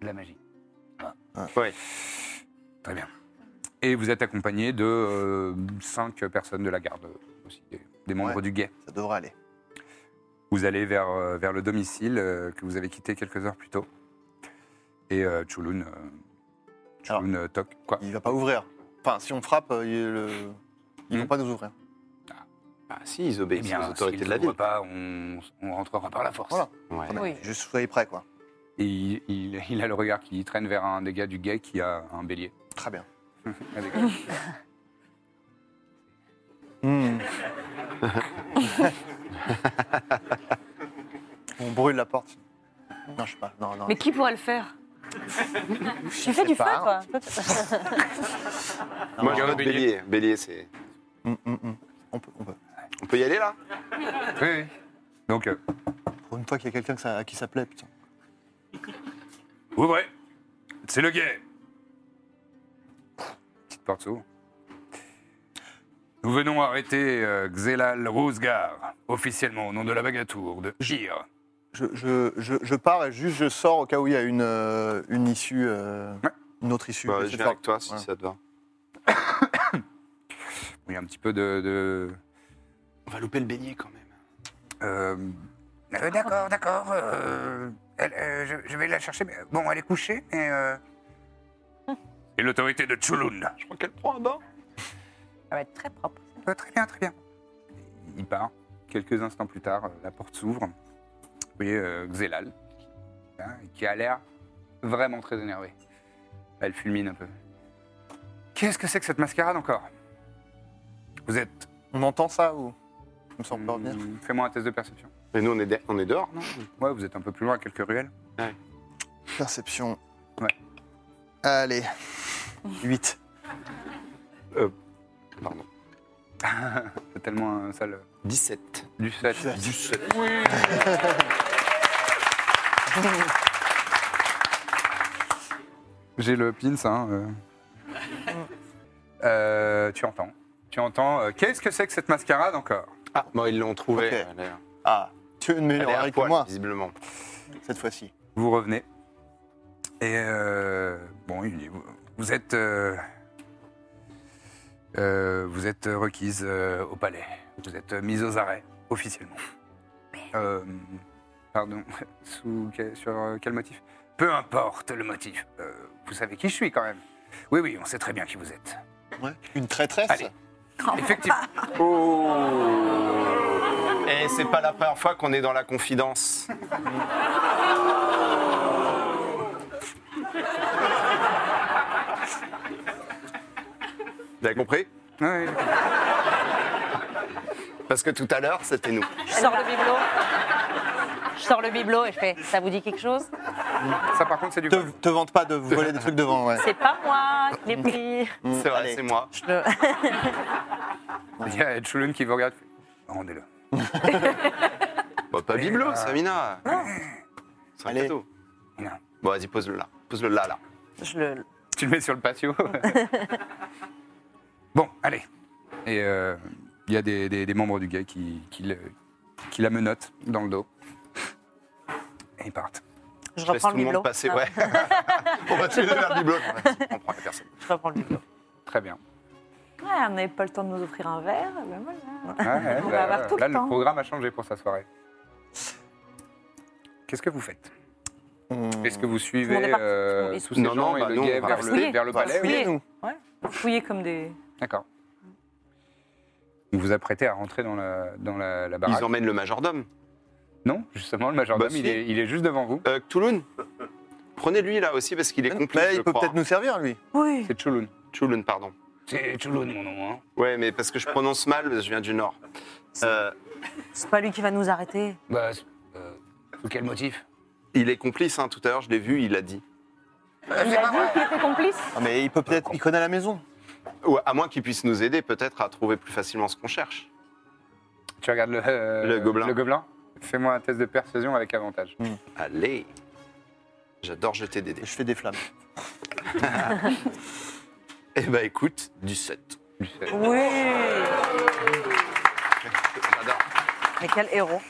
B: De la magie.
D: Ouais.
B: Très bien. Et vous êtes accompagné de euh, cinq personnes de la garde euh, aussi, des, des membres
F: Ouais.
B: du guet.
F: Ça devrait aller.
B: Vous allez vers, euh, vers le domicile euh, que vous avez quitté quelques heures plus tôt. Et euh, Chulun, euh,
F: Alors.
B: Chulun, euh, toque. Quoi
F: Il va pas ouvrir. Enfin, si on frappe, euh, il- le- ils
B: Hmm.
F: vont pas nous ouvrir.
D: Bah si, ils obéissent aux autorités
B: Eh s'il
D: de la
B: ne voit
D: ville.
B: pas, on, on rentrera par la force.
F: Voilà.
D: Ouais.
E: Oui.
F: Juste soyez prêts, quoi.
B: Et il, il- il a le regard qui traîne vers un des gars du guet qui a un bélier.
F: Très bien.
B: Avec-
F: Hmm. on brûle la porte. Non, je sais pas. Non, non.
H: Mais qui pourrait le faire
E: Tu fais du feu, toi
F: non,
D: Moi,
F: non.
D: je regarde bélier. Bélier, c'est.
F: Hmm, hmm, hmm. On peut, on peut.
D: On peut y aller là
B: Oui, oui. Donc, euh,
F: Pour une fois qu'il y a quelqu'un que ça- à qui ça plaît, putain.
B: Ouvrez C'est le guet Petite porte s'ouvre. Nous venons arrêter euh, Xelal Rousgar, officiellement au nom de la Bagatour de Gir.
F: Je, je, je, je pars et juste je sors au cas où il y a une, euh, une issue, euh,
B: Ouais.
F: une autre issue.
D: Bah,
F: J'essaie
D: Je
F: de
D: viens
F: faire-
D: avec toi si
F: Voilà.
D: ça te va.
B: Il y a un petit peu de. de-
D: On va louper le bélier quand même.
B: euh, euh, d'accord, d'accord. euh, elle, euh, je, je vais la chercher. mais, euh, bon, elle est couchée, mais. euh, Et l'autorité de Tchulun.
D: Je crois qu'elle prend un bain.
E: Ça va être très propre.
B: Euh, très bien, très bien. Il part. Quelques instants plus tard, euh, la porte s'ouvre. Vous voyez euh, Xelal, hein, qui a l'air vraiment très énervé. Elle fulmine un peu. Qu'est-ce que c'est que cette mascarade encore Vous êtes...
F: On entend ça ou comme ça on peut
D: Mmh.
F: revenir
B: Hmm, Fais-moi un test de perception.
D: Mais nous, on est, de- on est dehors, non
B: Ouais, vous êtes un peu plus loin, quelques ruelles.
F: Perception.
B: Ouais.
F: Allez. 8.
D: Pardon.
B: C'est tellement un sale...
D: 17.
B: Du 7.
D: Du seul.
B: J'ai le pins, hein. euh. Euh, tu entends. Tu entends. euh, Qu'est-ce que c'est que cette mascarade encore
D: Ah, bon, ils l'ont trouvé.
F: Ok.
D: Elle est-
F: Ah, tu es une
D: elle
F: meilleure
D: est à
F: oreille que
D: poil,
F: moi
D: visiblement.
F: cette fois-ci.
B: Vous revenez. Et euh, bon, il dit, vous- vous êtes euh, euh, vous êtes requise euh, au palais. Vous êtes mise aux arrêts officiellement. Euh, pardon, sous que- sur euh, quel motif Peu importe le motif. Euh, vous savez qui je suis quand même. Oui, oui, on sait très bien qui vous êtes.
F: Une traîtresse
B: Allez. Effectivement.
D: Et c'est pas la première fois qu'on est dans la confidence. Vous avez compris
B: Ouais.
D: Parce que tout à l'heure, c'était nous.
E: Je sors le bibelot. Je sors le bibelot et je fais Ça vous dit quelque chose
B: Ça, par contre, c'est du.
F: Te, te vante pas de voler des trucs devant, ouais.
E: C'est pas moi qui l'ai pris.
D: C'est vrai,
F: Mm. Allez.
D: c'est moi.
E: Je le-
B: Il y a Ed Shulun qui vous regarde. Rendez-le.
D: Bah, pas
B: Allez,
D: bibelot,
B: bah.
D: Samina. C'est un
F: Ah. Allez.
D: cadeau.
B: Non.
D: Bon, vas-y, pose-le là. Pose-le là, là.
E: Je le.
B: Tu le mets sur le patio. bon, allez. Et euh, il y a des, des- des membres du gars qui, qui, le- qui la menottent dans le dos. Et ils partent.
E: Je
D: Je laisse
E: reprends
D: tout
E: le
D: le monde
E: bibelot.
D: passer,
E: Ah,
D: ouais. On va tous les deux vers le bibelot. On prend la personne.
E: Je reprends le bibelot.
B: Très bien.
H: Ouais, on n'avait pas le temps de nous offrir un verre. ben voilà.
B: Ouais, ouais,
H: On va
B: bah,
H: avoir tout le
B: là, le
H: temps.
B: programme a changé pour sa soirée. Qu'est-ce que vous faites
F: On-
B: Est-ce que vous
E: Tout le monde
B: suivez
E: est parti.
B: euh,
E: Tout le monde est
B: tous ces
D: Mmh. Non,
B: gens
D: non,
B: et
D: bah,
B: le
D: nous, on
B: guet
D: va
B: vers
H: fouiller.
B: le, vers le
H: On va
B: palais
H: fouiller.
F: Fouillez-nous.
H: Fouiller comme des.
B: D'accord. Vous vous apprêtez à rentrer dans la, dans la, la baraque
D: Ils emmènent le majordome.
B: Non, justement, le majordome,
D: Bah, si.
B: il, est, il est juste devant vous.
D: Euh, Cthulhun, prenez-lui là aussi parce qu'il est complice.
F: Mais Eh, Bah, il
D: je
F: peut
D: crois.
F: peut-être nous servir, lui.
H: Oui.
B: C'est Chulun.
D: Cthulhun, pardon.
B: C'est Chulun, mon nom. Hein.
D: Ouais, mais parce que je prononce mal, je viens du Nord. Euh,
H: C'est pas lui qui va nous arrêter.
B: Bah, euh, sous quel motif
D: Il est complice, hein, tout à l'heure, je l'ai vu, il a dit.
E: Il a dit qu'il était complice.
F: Ah, mais il peut peut-être. Il connaît la maison.
D: Ou à moins qu'il puisse nous aider, peut-être, à trouver plus facilement ce qu'on cherche.
B: Tu regardes le, euh,
D: Le gobelin.
B: Le gobelin. Fais-moi un test de persuasion avec avantage.
D: Allez J'adore jeter des dés.
F: Je fais des flammes.
D: Eh ben écoute, du 7.
H: Oui
D: J'adore.
H: Mais quel héros.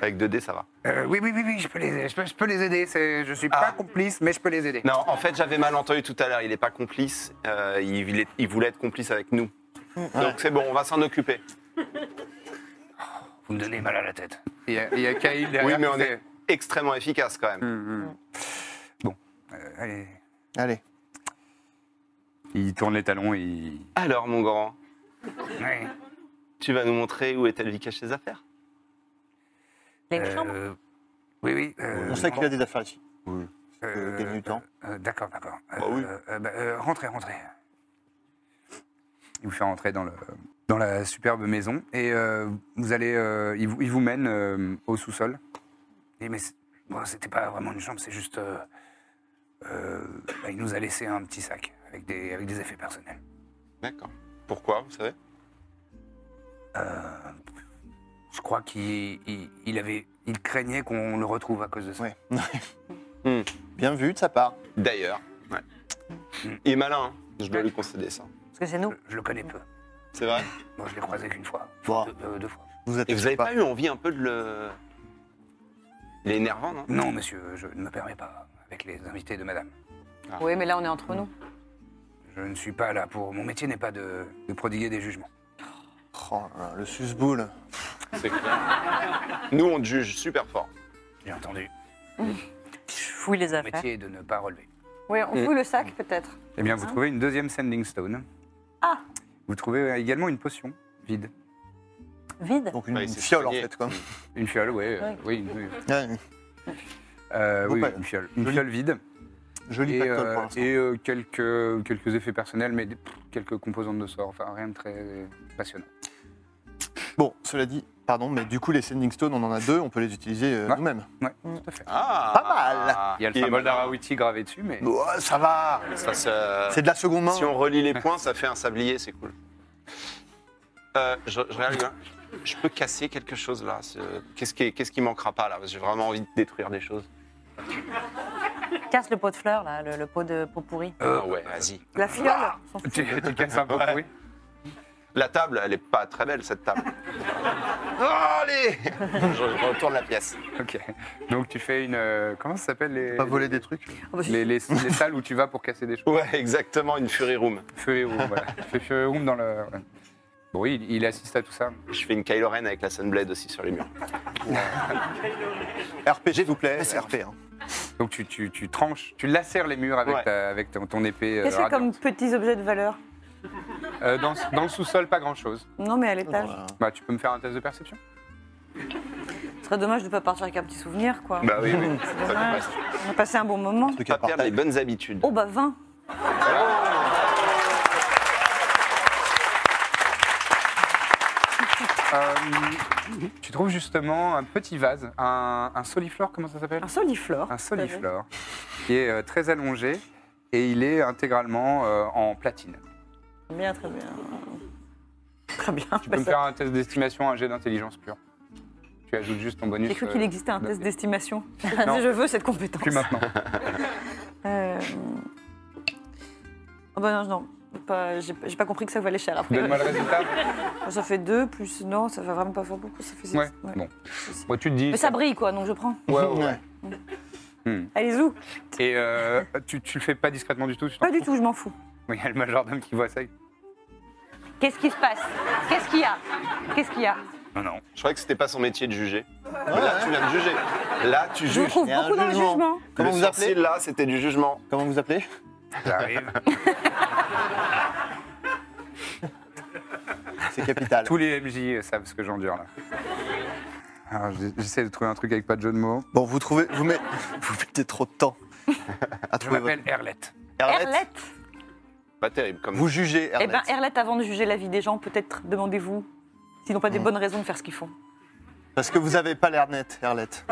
D: Avec 2 dés, ça va.
B: Euh, oui, oui, oui, oui, je peux les, je peux, je peux les aider. c'est- Je suis
D: Ah.
B: pas complice, mais je peux les aider.
D: Non, en fait, j'avais mal entendu tout à l'heure. Il n'est pas complice. euh, il, il est- il voulait être complice avec nous. Donc c'est bon, on va s'en occuper.
B: Vous me donnez mal à la tête. Il y a, il y a Kyle derrière.
D: Oui, mais on
B: qui
D: est
B: fait-
D: extrêmement efficace quand même.
B: Hum, hum. Bon, euh, allez.
F: Allez.
B: Il tourne les talons et il...
D: Alors, mon grand,
B: Ouais.
D: tu vas nous montrer où est-elle qui cache ses affaires
H: Il y a une chambre.
B: Euh, Oui, oui. euh,
F: On sait qu'il y a des affaires ici.
B: euh,
F: Gagne du temps.
B: euh, d'accord, d'accord. Euh,
D: Bah oui.
B: euh, bah, euh, rentrez, rentrez. Il vous fait rentrer dans, le, dans la superbe maison et euh, vous allez, euh, il, vous, il vous mène euh, au sous-sol. Et mais c'est- bon, c'était pas vraiment une chambre, c'est juste. euh, euh, bah, il nous a laissé un petit sac avec des, avec des effets personnels.
D: D'accord. Pourquoi, vous savez
B: Je crois qu'il il, il avait, il craignait qu'on le retrouve à cause de ça.
F: Ouais. Bien vu de sa part.
D: D'ailleurs. ouais. Il est malin, hein. je dois lui concéder ça.
H: Parce que c'est nous.
B: Je, je le connais peu.
D: C'est vrai
B: Moi, je l'ai croisé qu'une fois,
F: Bon.
B: deux, euh, deux fois.
F: Vous êtes
D: Et vous avez pas eu envie un peu de le... Il est énervant, non
B: Non, monsieur, je ne me permets pas avec les invités de madame. Ah.
E: Oui, mais là, on est entre nous.
B: Je ne suis pas là pour. Mon métier n'est pas de, de prodiguer des jugements.
F: Oh là là, le susboule.
D: C'est clair. Nous, on te juge super fort.
B: J'ai entendu.
H: Je fouille les
B: Mon
H: affaires.
B: métier est de ne pas relever.
E: Oui, on fout le sac, peut-être.
B: Eh bien, vous trouvez une deuxième Sending Stone.
E: Ah.
B: Vous trouvez euh, également une potion vide.
H: Vide.
F: Donc une,
D: Ouais,
F: une
D: c'est
F: fiole en
D: soigné.
F: fait. Quoi.
B: Une fiole, ouais, euh, oui. une- oui.
F: Ouais,
B: Euh,
F: Bon,
B: oui,
F: pas-
B: une fiole. Une
F: joli.
B: fiole vide.
F: Joli
B: Et,
F: pactole pour
B: euh,
F: l'instant.
B: et, euh, quelques, quelques effets personnels, mais des- pff, quelques composantes de sorts. Enfin, rien de très euh, passionnant.
F: Bon, cela dit, pardon, mais du coup les Sending Stones, on en a deux, on peut les utiliser euh,
B: Ouais.
F: nous-mêmes.
B: Ouais, tout à fait.
D: Ah
F: Pas mal.
B: Il y a le
D: est
B: symbole
D: malin.
B: d'Arawiti gravé dessus, mais.
F: Oh, ça va
D: Ça se-
F: C'est de la seconde main.
D: euh, Si on relie les points, ça fait un sablier, c'est cool. Euh, je, je regarde, hein. je peux casser quelque chose là. ce- Qu'est-ce qui, qu'est-ce qui manquera pas là Parce que J'ai vraiment envie de détruire des choses.
H: Casse le pot de fleurs, là, le, le pot de pot pourri.
D: ah ouais, vas-y.
H: La fiole. s'en fout.
B: Tu, tu casses un peu,
D: Ouais.
B: oui.
D: La table, elle est pas très belle cette table. Oh, allez je, je retourne la pièce.
B: Ok. Donc tu fais une. euh, comment ça s'appelle les.
F: Pas voler des trucs.
H: Ah, bah,
B: les, les, les salles où tu vas pour casser des choses.
D: Ouais, exactement, une Fury Room.
B: Feu et room, voilà. Tu fais feu et room dans le. voilà. Bon, oui, il, il assiste à tout ça.
D: Je fais une Kylo Ren avec la Sunblade aussi sur les murs.
F: RP, s'il vous plaît. C'est RP. hein.
B: Donc tu, tu, tu tranches, tu lacères les murs avec,
D: Ouais.
B: ta- avec ton, ton épée. euh,
H: Qu'est-ce que c'est comme
B: radiante.
H: petits objets de valeur
B: Euh, dans, dans le sous-sol, pas grand-chose.
H: Non, mais à l'étage.
B: Bah, tu peux me faire un test de perception
H: Ce serait dommage de ne pas partir avec un petit souvenir, quoi.
D: Bah oui, oui.
H: C'est dommage. On a passé un bon moment.
F: Truc à
D: Pas perdre les
F: partager.
D: bonnes habitudes.
H: Oh, bah 20.
B: Euh, Tu trouves justement un petit vase, un, un soliflore, comment ça s'appelle
H: Un soliflore.
B: Un soliflore, qui est euh, très allongé et il est intégralement euh, en platine.
H: Bien, très bien. Très bien.
B: Tu
H: bah,
B: peux me
H: ça-
B: faire un test d'estimation, un jet d'intelligence pure. Tu ajoutes juste ton bonus.
H: J'ai cru
B: euh,
H: qu'il existait un
B: de-
H: test d'estimation.
B: Non.
H: Je veux cette compétence.
B: Plus maintenant.
H: Euh, oh bah non, non. Pas- J'ai j'ai pas compris que ça valait cher après.
B: Donne-moi le résultat.
H: Ça fait 2 plus. Non, ça fait vraiment pas fort beaucoup. Ça fait six.
B: Ouais.
H: Ouais.
B: Bon. Bon, tu te dis.
H: Mais ça brille quoi, donc je prends.
B: Ouais, ouais, ouais.
F: Ouais.
H: Allez, zou
B: Et euh, tu, tu le fais pas discrètement du tout. tu t'en
H: Pas du
B: fous
H: tout, je m'en fous.
B: Oui, Il y a le majordome qui voit ça.
E: Qu'est-ce qui se passe Qu'est-ce qu'il y a Qu'est-ce qu'il y a
B: Non, non.
D: Je croyais que c'était pas son métier de juger. Mais là, tu viens de juger. Là, tu
H: Je
D: juges.
H: trouve
F: il y a un
H: beaucoup dans le
F: jugement.
H: jugement.
F: Comment
D: Le
F: vous
D: sourcil,
F: appelez
D: là, c'était du jugement.
F: Comment vous appelez
B: Ça arrive.
F: C'est capital.
B: Tous les MJ savent ce que j'endure là. Alors, j- j'essaie de trouver un truc avec pas de jeu de mots.
F: Bon, vous trouvez, vous, met- vous mettez trop de temps à
B: Je
F: trouver votre
B: m'appelle Erlette.
F: Erlette,
H: Erlette
D: Pas terrible comme.
F: Vous jugez
H: Eh
F: Erlette.
H: ben, Erlette, avant de juger la vie des gens, peut-être demandez-vous s'ils n'ont pas des bonnes raisons de faire ce qu'ils font.
F: Parce que vous avez pas l'air net, Erlette.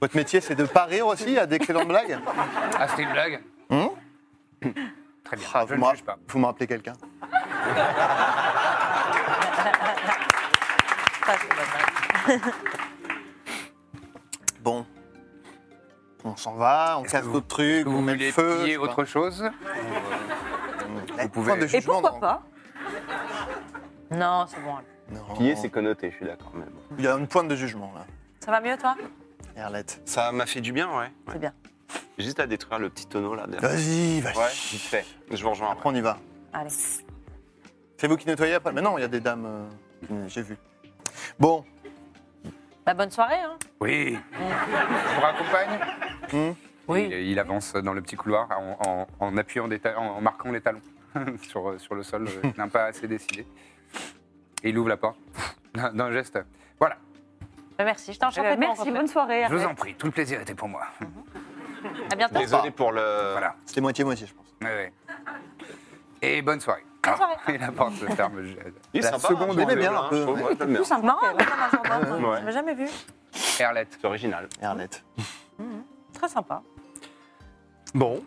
F: Votre métier, c'est de pas rire aussi à d'excellentes blagues
B: Ah, c'était une blague
F: Hum
B: Très bien.
F: Ah,
B: je
F: Vous
B: ne
F: me ra-
B: juge pas.
F: vous me rappelez quelqu'un
H: Ça, c'est pas mal.
F: Bon. On s'en va, on casse d'autres trucs,
B: Vous
F: on met le
B: voulez
F: feu.
B: piller
F: je sais pas.
B: autre chose
F: Point
B: pouvez-
F: de
H: Et
F: jugement
H: pourquoi
F: dans-
H: pas Non, c'est bon.
F: Non.
D: Piller, c'est connoté, je suis d'accord. mais bon.
F: Il y a une pointe de jugement là,
H: Ça va mieux, toi
F: Erlette.
D: Ça m'a fait du bien, ouais. ouais.
H: C'est bien.
D: Juste à détruire le petit tonneau là. derrière.
F: Vas-y, vas-y.
D: Ouais, vite fait. Je vous rejoins après.
F: Après, on y va.
H: Allez.
F: C'est vous qui nettoyez après Mais non, il y a des dames. euh, qui- J'ai vu. Bon,
H: Bah, bonne soirée, hein
B: Oui. Je vous raccompagne il,
H: Oui.
B: il avance dans le petit couloir en, en- en appuyant des ta- en, en marquant les talons sur, sur le sol euh, d'un pas assez décidé. Et il ouvre la porte d'un d'un geste. Voilà,
H: Bah, merci, je t'enchaîne.
E: Euh, merci, bonne soirée.
B: je vous
E: Arlette.
B: en prie, tout le plaisir était pour moi.
H: À bientôt.
D: Désolé pour le.
B: Voilà.
F: c'était moitié-moitié, je pense.
B: Ouais, ouais. Et bonne soirée. Ah,
H: Bonne soirée.
B: Et la porte se ferme. Je-
D: Il est
B: La
D: sympa,
B: seconde
D: hein,
F: l'aimais
D: Jean-Paul,
F: bien,
D: hein,
F: un peu.
D: je trouve,
F: Ouais.
D: ouais, je l'aime bien.
H: C'est marrant, hein, comme un gendarme.
D: Ouais.
H: Je l'ai jamais vu.
B: Erlette.
D: C'est original.
F: Erlette.
H: Très sympa.
D: Bon.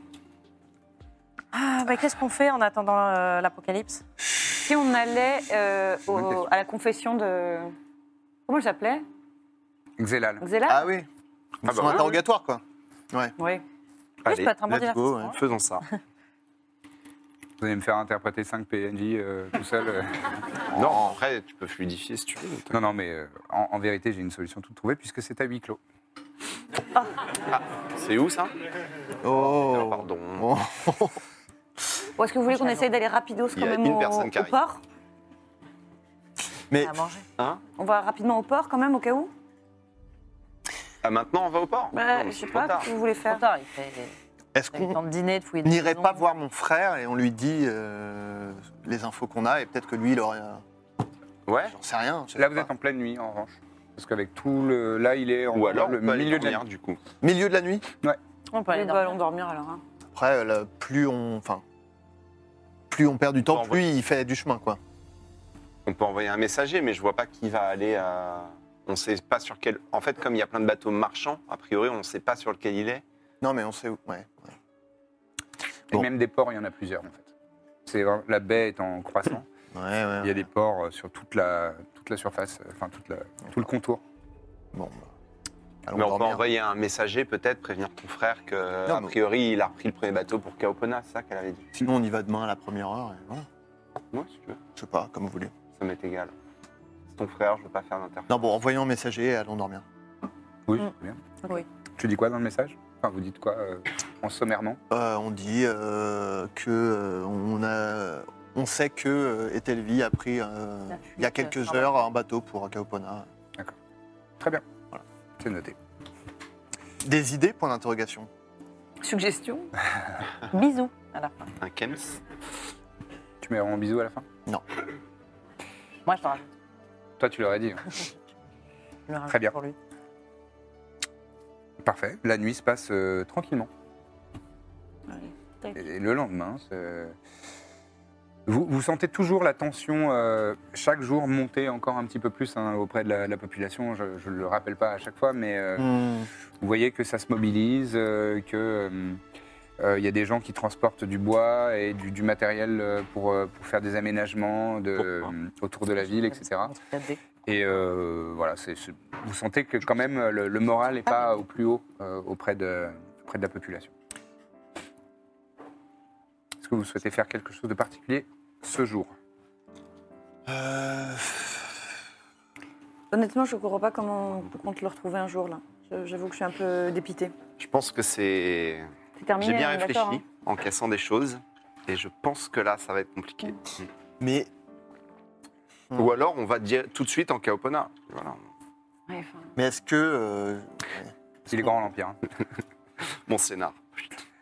H: Ah, bah, qu'est-ce qu'on fait en attendant euh, l'apocalypse
E: Si on allait euh, au-
B: Bonne question.
E: à la confession de. Comment elle s'appelait
B: Xélal.
E: Xela
F: Ah oui
D: bah
F: Son
D: oui.
F: interrogatoire, quoi.
E: Oui.
H: Oui, ça peut être un bon
D: let's go,
H: divertissement.
D: ouais. Faisons ça.
B: Vous allez me faire interpréter 5 PNJ euh, tout seul. euh.
D: non, après, tu peux fluidifier si tu veux.
B: Non, non, mais euh, en, en vérité, j'ai une solution toute trouvée puisque c'est à huis clos.
D: C'est où ça
F: Oh.
D: Non, hein. pardon.
F: Oh.
E: Ou est-ce que vous voulez qu'on essaye d'aller rapidos
D: Il
E: quand
D: y a
E: même
D: une
E: au,
D: personne qui
E: au
D: arrive.
E: port
F: Mais
E: Ah,
H: À manger.
D: Hein
E: On va rapidement au port quand même au cas où
D: Ah, maintenant, on va au port
E: bah,
D: Non,
E: Je sais
D: c'est trop
E: pas
D: tard.
E: ce que vous voulez
H: Trop
E: faire.
H: tard, il fait
F: est-ce
H: il fait le
F: qu'on
H: temps de dîner, de fouiller. des
F: n'irait
H: maisons.
F: pas voir mon frère et on lui dit euh, les infos qu'on a et peut-être que lui, il aurait. euh,
D: Ouais.
F: J'en sais rien. je sais
B: Là, vous
F: pas.
B: êtes en pleine nuit, en revanche. Parce qu'avec tout le. Là, il est en
D: Ou alors,
B: le
D: le milieu de
B: la
D: du coup.
F: Milieu de la nuit
H: On peut aller
E: Oui, bah,
H: dormir.
E: allons dormir alors. hein.
F: Après, euh, là, plus on. Enfin. Plus on perd du temps,
D: Bon,
F: plus il fait du chemin, quoi.
D: On peut envoyer un messager, mais je vois pas qui va aller à. On sait pas sur quel. En fait, comme il y a plein de bateaux marchands, a priori, on sait pas sur lequel il est.
F: Non, mais on sait où. Ouais.
B: Et
F: Bon.
B: même des ports, il y en a plusieurs en fait. C'est vrai, la baie est en croissant.
F: Ouais, ouais.
B: Il y a des ports euh, sur toute la toute la surface, euh, enfin toute la, tout le contour.
F: Bon. bah, Allons
D: mais on peut
F: dormir.
D: envoyer un messager, peut-être, prévenir ton frère que,
F: Non,
D: a
F: mais-
D: priori, il a repris le premier bateau pour Kaopona, c'est ça qu'elle avait dit.
F: Sinon, on y va demain à la première heure. Et voilà.
D: Moi, si tu veux.
F: Je sais pas, comme vous voulez.
D: Ça m'est égal. C'est ton frère, je veux pas faire d'interférence.
F: Non, bon, envoyons un messager et allons dormir.
B: Oui,
H: Mm.
B: bien.
H: Oui.
B: Tu dis quoi dans le message Enfin, vous dites quoi euh, en sommairement
F: Euh, on dit euh, que euh, on a, on sait que euh, Etelvi a pris euh,
H: La
F: il y a
H: fuite,
F: quelques
H: euh,
F: heures un bateau pour Kaopona.
B: Très bien.
F: Voilà.
B: C'est noté.
F: Des idées Point d'interrogation.
H: Suggestion Bisous à la fin.
D: Un Kems
B: Tu mets un bisou à la fin
H: Moi, je te rajoute.
B: Toi, tu l'aurais dit. hein.
H: Je le rajoute
B: Très bien.
H: Pour lui.
B: Parfait. La nuit se passe euh, tranquillement.
H: Ouais.
B: Et le lendemain, c'est- euh, vous, vous sentez toujours la tension euh, chaque jour monter encore un petit peu plus hein, auprès de la, de la population. Je ne le rappelle pas à chaque fois, mais euh,
F: Mm. Hmm.
B: vous voyez que ça se mobilise, euh, que euh, euh, il y a des gens qui transportent du bois et du, du matériel euh, pour, euh, pour faire des aménagements de- euh, autour de la ville, etc.
H: Un truc à dé.
B: Et euh, voilà, c'est- c'est- vous sentez que quand même le, le moral n'est pas au plus haut euh, auprès, de, auprès de la population. Est-ce que vous souhaitez faire quelque chose de particulier ce jour
F: Euh,
E: Honnêtement, je comprends pas comment on peut compte le retrouver un jour là. Je- J'avoue que je suis un peu dépitée.
D: Je pense que c'est.
E: C'est terminé.
D: J'ai bien
E: on
H: euh,
E: est
D: réfléchi
E: d'accord,
H: hein.
D: en cassant des choses. Et je pense que là, ça va être compliqué.
F: mais Mm.
D: Ou alors, on va dire tout de suite en Kaopona. Voilà.
E: hein. Ouais, enfin,
F: mais est-ce que euh,
B: Il est grand l'Empire. hein.
D: Mon scénar.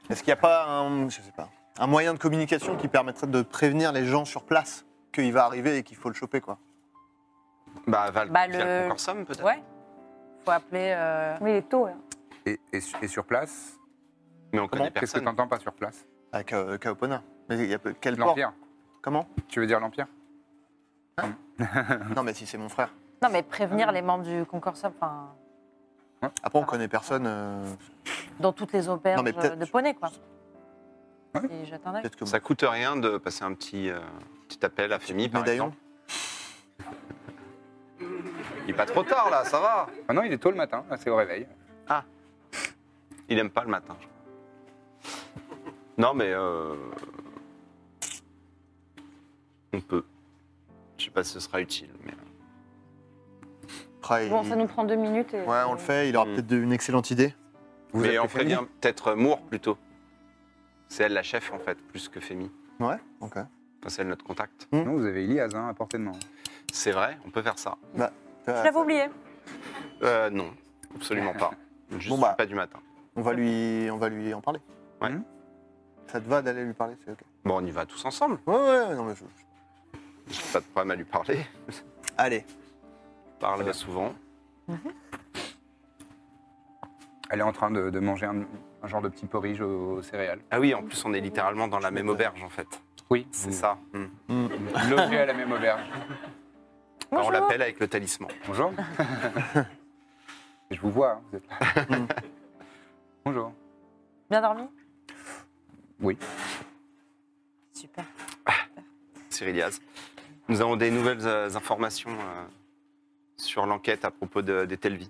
F: est-ce qu'il n'y a pas un, je sais pas un moyen de communication qui permettrait de prévenir les gens sur place qu'il va arriver et qu'il faut le choper quoi.
D: Bah, Val,
H: Bah,
D: via
H: le-
D: le Concorsum, peut-être
H: Ouais. Faut appeler. euh,
E: Oui, il est tôt là.
B: Et, et su- et sur place
D: Mais on connaît
B: Qu'est-ce que
D: personne.
B: tu n'entends pas sur place
F: À Ka- euh, Kaopona. Mais il y a peu- quel port
B: L'Empire
F: Comment
B: Tu veux dire l'Empire
F: Non, mais si c'est mon frère.
E: Ah
H: Non, mais prévenir les membres du concours, enfin.
F: Après, on connaît personne. euh,
E: Dans toutes les auberges
F: Non, mais peut-être-
E: de poney, quoi. Si j'attends un œil.
F: Peut-être que
D: Ça coûte rien de passer un petit, euh, petit appel à Femi, par
F: médaillon.
D: exemple. Il est pas trop tard, là, ça va.
B: Ah non, il est tôt le matin, là, c'est au réveil.
D: Il aime pas le matin. je crois. Non, mais... euh, On peut. Je sais pas si ce sera utile, mais...
F: Après,
J: Bon,
F: Ah, il-
J: ça nous prend deux minutes. Et...
F: Ouais, on le fait. Il aura
D: Mm.
F: peut-être une excellente idée. Vous
D: mais
F: appelez
D: on
F: Femi
D: prévient peut-être Moore, plutôt. C'est elle la chef, en fait, plus que Femi.
F: Ouais, ok.
D: Enfin, c'est elle notre contact.
B: Non, vous avez Elias hein, à portée de main.
D: C'est vrai, on peut faire ça.
F: Bah,
E: Je l'avais oublié.
D: Euh, non, absolument pas. Juste
F: Bon, bah.
D: pas du matin.
F: on, va lui, on va lui en parler.
D: Ouais.
F: Ça te va d'aller lui parler C'est ok.
D: Bon, on y va tous ensemble.
F: Ouais, ouais, ouais, non, mais je-
D: J'ai Pas de problème à lui parler.
F: Allez.
D: Parle souvent.
B: Elle est en train de, de manger un, un genre de petit porridge aux, aux céréales.
D: Ah oui, en plus, on est littéralement dans la même auberge, en fait.
B: Oui.
D: C'est ça. Hmm.
B: Logé à la même auberge.
D: Alors, on
E: Bonjour.
D: l'appelle avec le talisman.
B: Bonjour. Je vous vois, hein, vous êtes là. Bonjour.
E: Bien dormi
B: Oui.
E: Super.
D: Cyril Diaz. Nous avons des nouvelles euh, informations euh, sur l'enquête à propos de- des Telvi.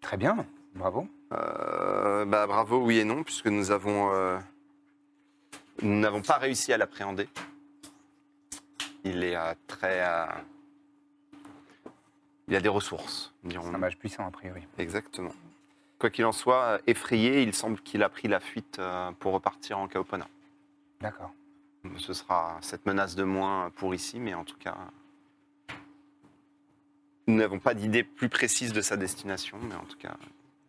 B: Très bien, bravo.
D: Euh, bah, bravo, oui et non, puisque nous avons. euh, nous n'avons pas réussi à l'appréhender. Il est euh, très. euh, il a des ressources,
B: C'est
D: dirons-nous.
B: un mage puissant, a priori.
D: Exactement. Quoi qu'il en soit, euh, effrayé, il semble qu'il a pris la fuite euh, pour repartir en Kaopona.
B: D'accord.
D: Ce sera cette menace de moins pour ici, mais en tout cas, nous n'avons pas d'idée plus précise de sa destination, mais en tout cas,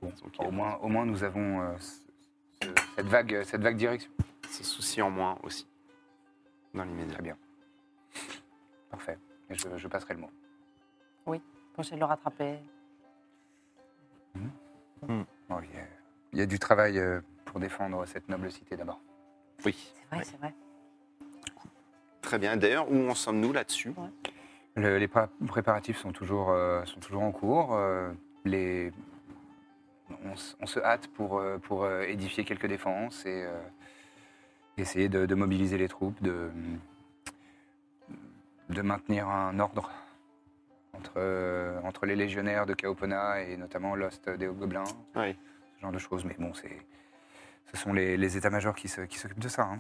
B: Bon,
D: donc, il y a
B: au, moins, au moins, nous avons euh, ce- ce- cette, vague, euh, cette vague direction.
D: ce souci en moins aussi, dans l'immédiat.
B: Très bien. Parfait. Et Je, je passerai le mot.
E: Pour essayer de le rattraper.
B: Bon, il, y a, il y a du travail euh, pour défendre cette noble cité d'abord.
D: Oui,
E: C'est vrai, c'est vrai.
D: très bien. D'ailleurs, où en sommes-nous là-dessus
B: Le- les pré- préparatifs sont toujours, euh, sont toujours en cours. euh, les... on, s- on se hâte pour, euh, pour euh, édifier quelques défenses et euh, essayer de, de mobiliser les troupes, de, de maintenir un ordre entre, euh, entre les légionnaires de Kaopona et notamment l'ost des Hobgoblins,
D: Oui.
B: ce genre de choses. Mais bon, c'est, ce sont les, les états-majors qui, se- qui s'occupent de ça. hein.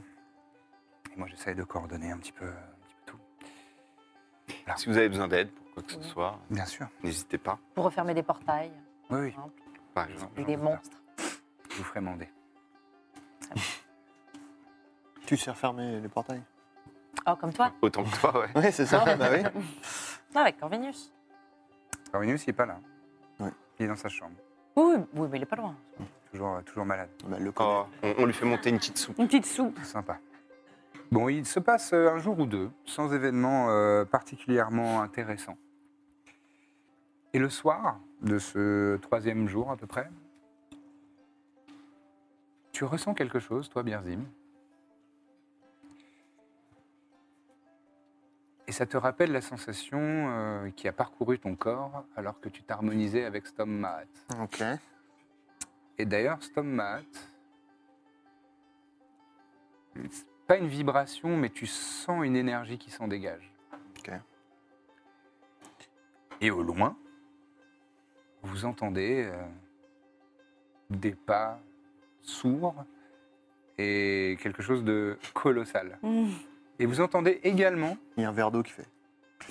B: Et moi, j'essaie de coordonner un petit peu, un petit peu tout.
D: Si vous avez besoin d'aide pour quoi que ce
E: Oui.
D: soit,
B: Bien sûr.
D: n'hésitez pas,
E: Pour refermer des portails,
B: Oui, oui.
E: par exemple,
D: par exemple.
E: ou des monstres.
B: Je vous ferai mander.
F: Tu sais refermer les portails
E: Oh, comme toi
D: Autant que toi, ouais.
F: Ouais, c'est ça, bah oui.
E: Non, avec Corvinus.
B: Corvinus, il n'est pas là.
F: Ouais.
B: Il est dans sa chambre.
E: Oui, oui, oui, mais il est pas loin.
B: Toujours, euh, toujours malade.
F: Bah, le connaît.
D: Oh, on, on lui fait monter une petite soupe.
E: Une petite soupe.
B: Sympa. Bon, il se passe euh, un jour ou deux, sans événement euh, particulièrement intéressant. Et le soir de ce troisième jour à peu près, tu ressens quelque chose, toi, Birzim. Et ça te rappelle la sensation euh, qui a parcouru ton corps alors que tu t'harmonisais avec Stom Maat.
F: Ok.
B: Et d'ailleurs, Stommat, c'est pas une vibration, mais tu sens une énergie qui s'en dégage.
F: Ok.
B: Et au loin, vous entendez euh, des pas sourds et quelque chose de colossal. Et vous entendez également
F: Il y a un verre d'eau qui fait.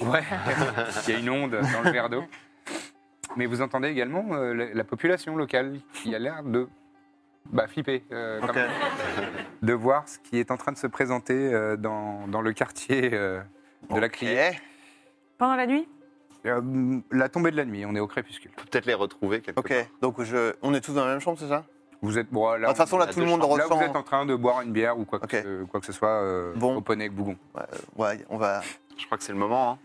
B: Ouais, il y a une onde dans le verre d'eau. Mais vous entendez également euh, la, la population locale qui a l'air de bah, flipper, euh, quand
F: Ok.
B: même, de voir ce qui est en train de se présenter euh, dans, dans le quartier euh, de la Clié.
F: Eh,
E: Pendant la nuit
B: Euh, la tombée de la nuit, on est au crépuscule.
D: Faut peut-être les retrouver quelque
F: Ok, donc je... on est tous dans la même chambre, c'est ça Ah,
B: Vous êtes, bon,
F: De
B: là,
F: toute façon, là,
D: on a
F: tout le
D: deux
F: monde
D: chambres.
B: là, vous
F: ressent.
B: êtes en train de boire une bière ou quoi que,
F: Ok.
B: ce, quoi que ce soit euh,
F: Bon.
B: au poney avec Bougon.
F: Ouais, on va.
D: part. Je crois que c'est le moment.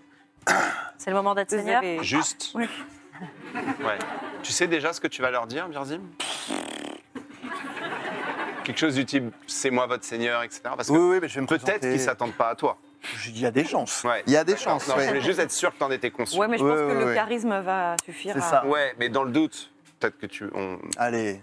D: hein.
E: C'est le moment d'être
J: Vous
E: seigneur
J: avez-
D: Juste.
J: Oui.
D: Ouais. Tu sais déjà ce que tu vas leur dire, Birzim Quelque chose du type c'est moi votre seigneur, etc. Parce que
F: Oui, oui, mais je vais me
D: peut-être
F: présenter.
D: qu'ils s'attendent pas à toi.
F: Il y a des chances.
D: Ouais.
F: Il y a des chances.
D: Non, je
F: ouais.
D: voulais juste être sûr que t'en étais conscient.
J: Ouais, mais je pense
F: Ouais,
J: que
F: ouais,
J: le
F: ouais.
J: charisme va suffire.
F: C'est
J: à-
F: ça.
D: Ouais, mais dans le doute, Peut-être que tu. on-
F: Allez,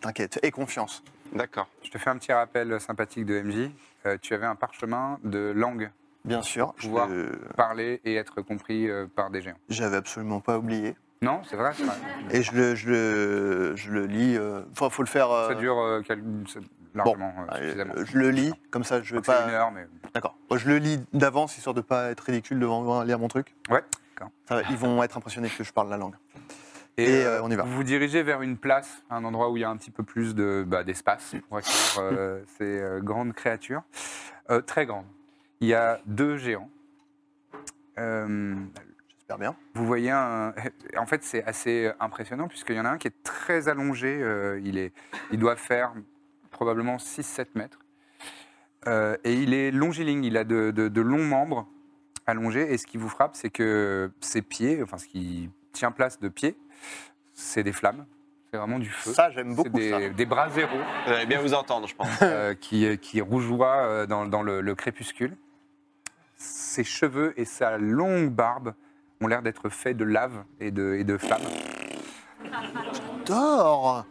F: t'inquiète, et confiance.
D: D'accord.
B: Je te fais un petit rappel sympathique de MJ. Euh, tu avais un parchemin de langue
F: Bien sûr,
B: pour
F: je
B: pouvoir
F: le-
B: parler et être compris euh, par des géants.
F: j'avais absolument pas oublié.
B: Non, c'est vrai, c'est vrai.
F: Et je le, je le, je le lis. euh, Enfin, faut le faire. euh,
B: Ça dure euh, quel- ça- largement, euh,
F: allez,
B: suffisamment.
F: euh, je le lis, comme ça, je vais
B: C'est une
F: pas.
B: heure, mais
F: D'accord. Moi, Je le lis d'avance, histoire de pas être ridicule devant moi à lire mon truc.
B: Ouais, d'accord.
F: Ça va, ils vont être impressionnés que je parle la langue.
B: Et,
F: Et,
B: euh,
F: euh, on y va.
B: Vous vous dirigez vers une place, un endroit où il y a un petit peu plus de, bah, d'espace pour accueillir euh, ces euh, grandes créatures. Euh, très grandes. Il y a deux géants. Euh,
F: J'espère bien.
B: vous voyez un... euh, En fait, c'est assez impressionnant puisqu'il y en a un qui est très allongé. euh, il, est, il doit faire probablement 6-7 mètres. Euh, et il est longiligne, il a de, de- de longs membres allongés. Et ce qui vous frappe, c'est que ses pieds, enfin ce qui tient place de pieds, c'est des flammes. C'est vraiment du feu.
F: Ça, j'aime
B: c'est
F: beaucoup ça.
B: des, des bras zéro
D: Vous allez bien vous entendre, je pense.
B: euh, qui, qui rougeoie euh, dans, dans le, le crépuscule. Ses cheveux et sa longue barbe ont l'air d'être faits de lave et de, et de flammes.
F: Dors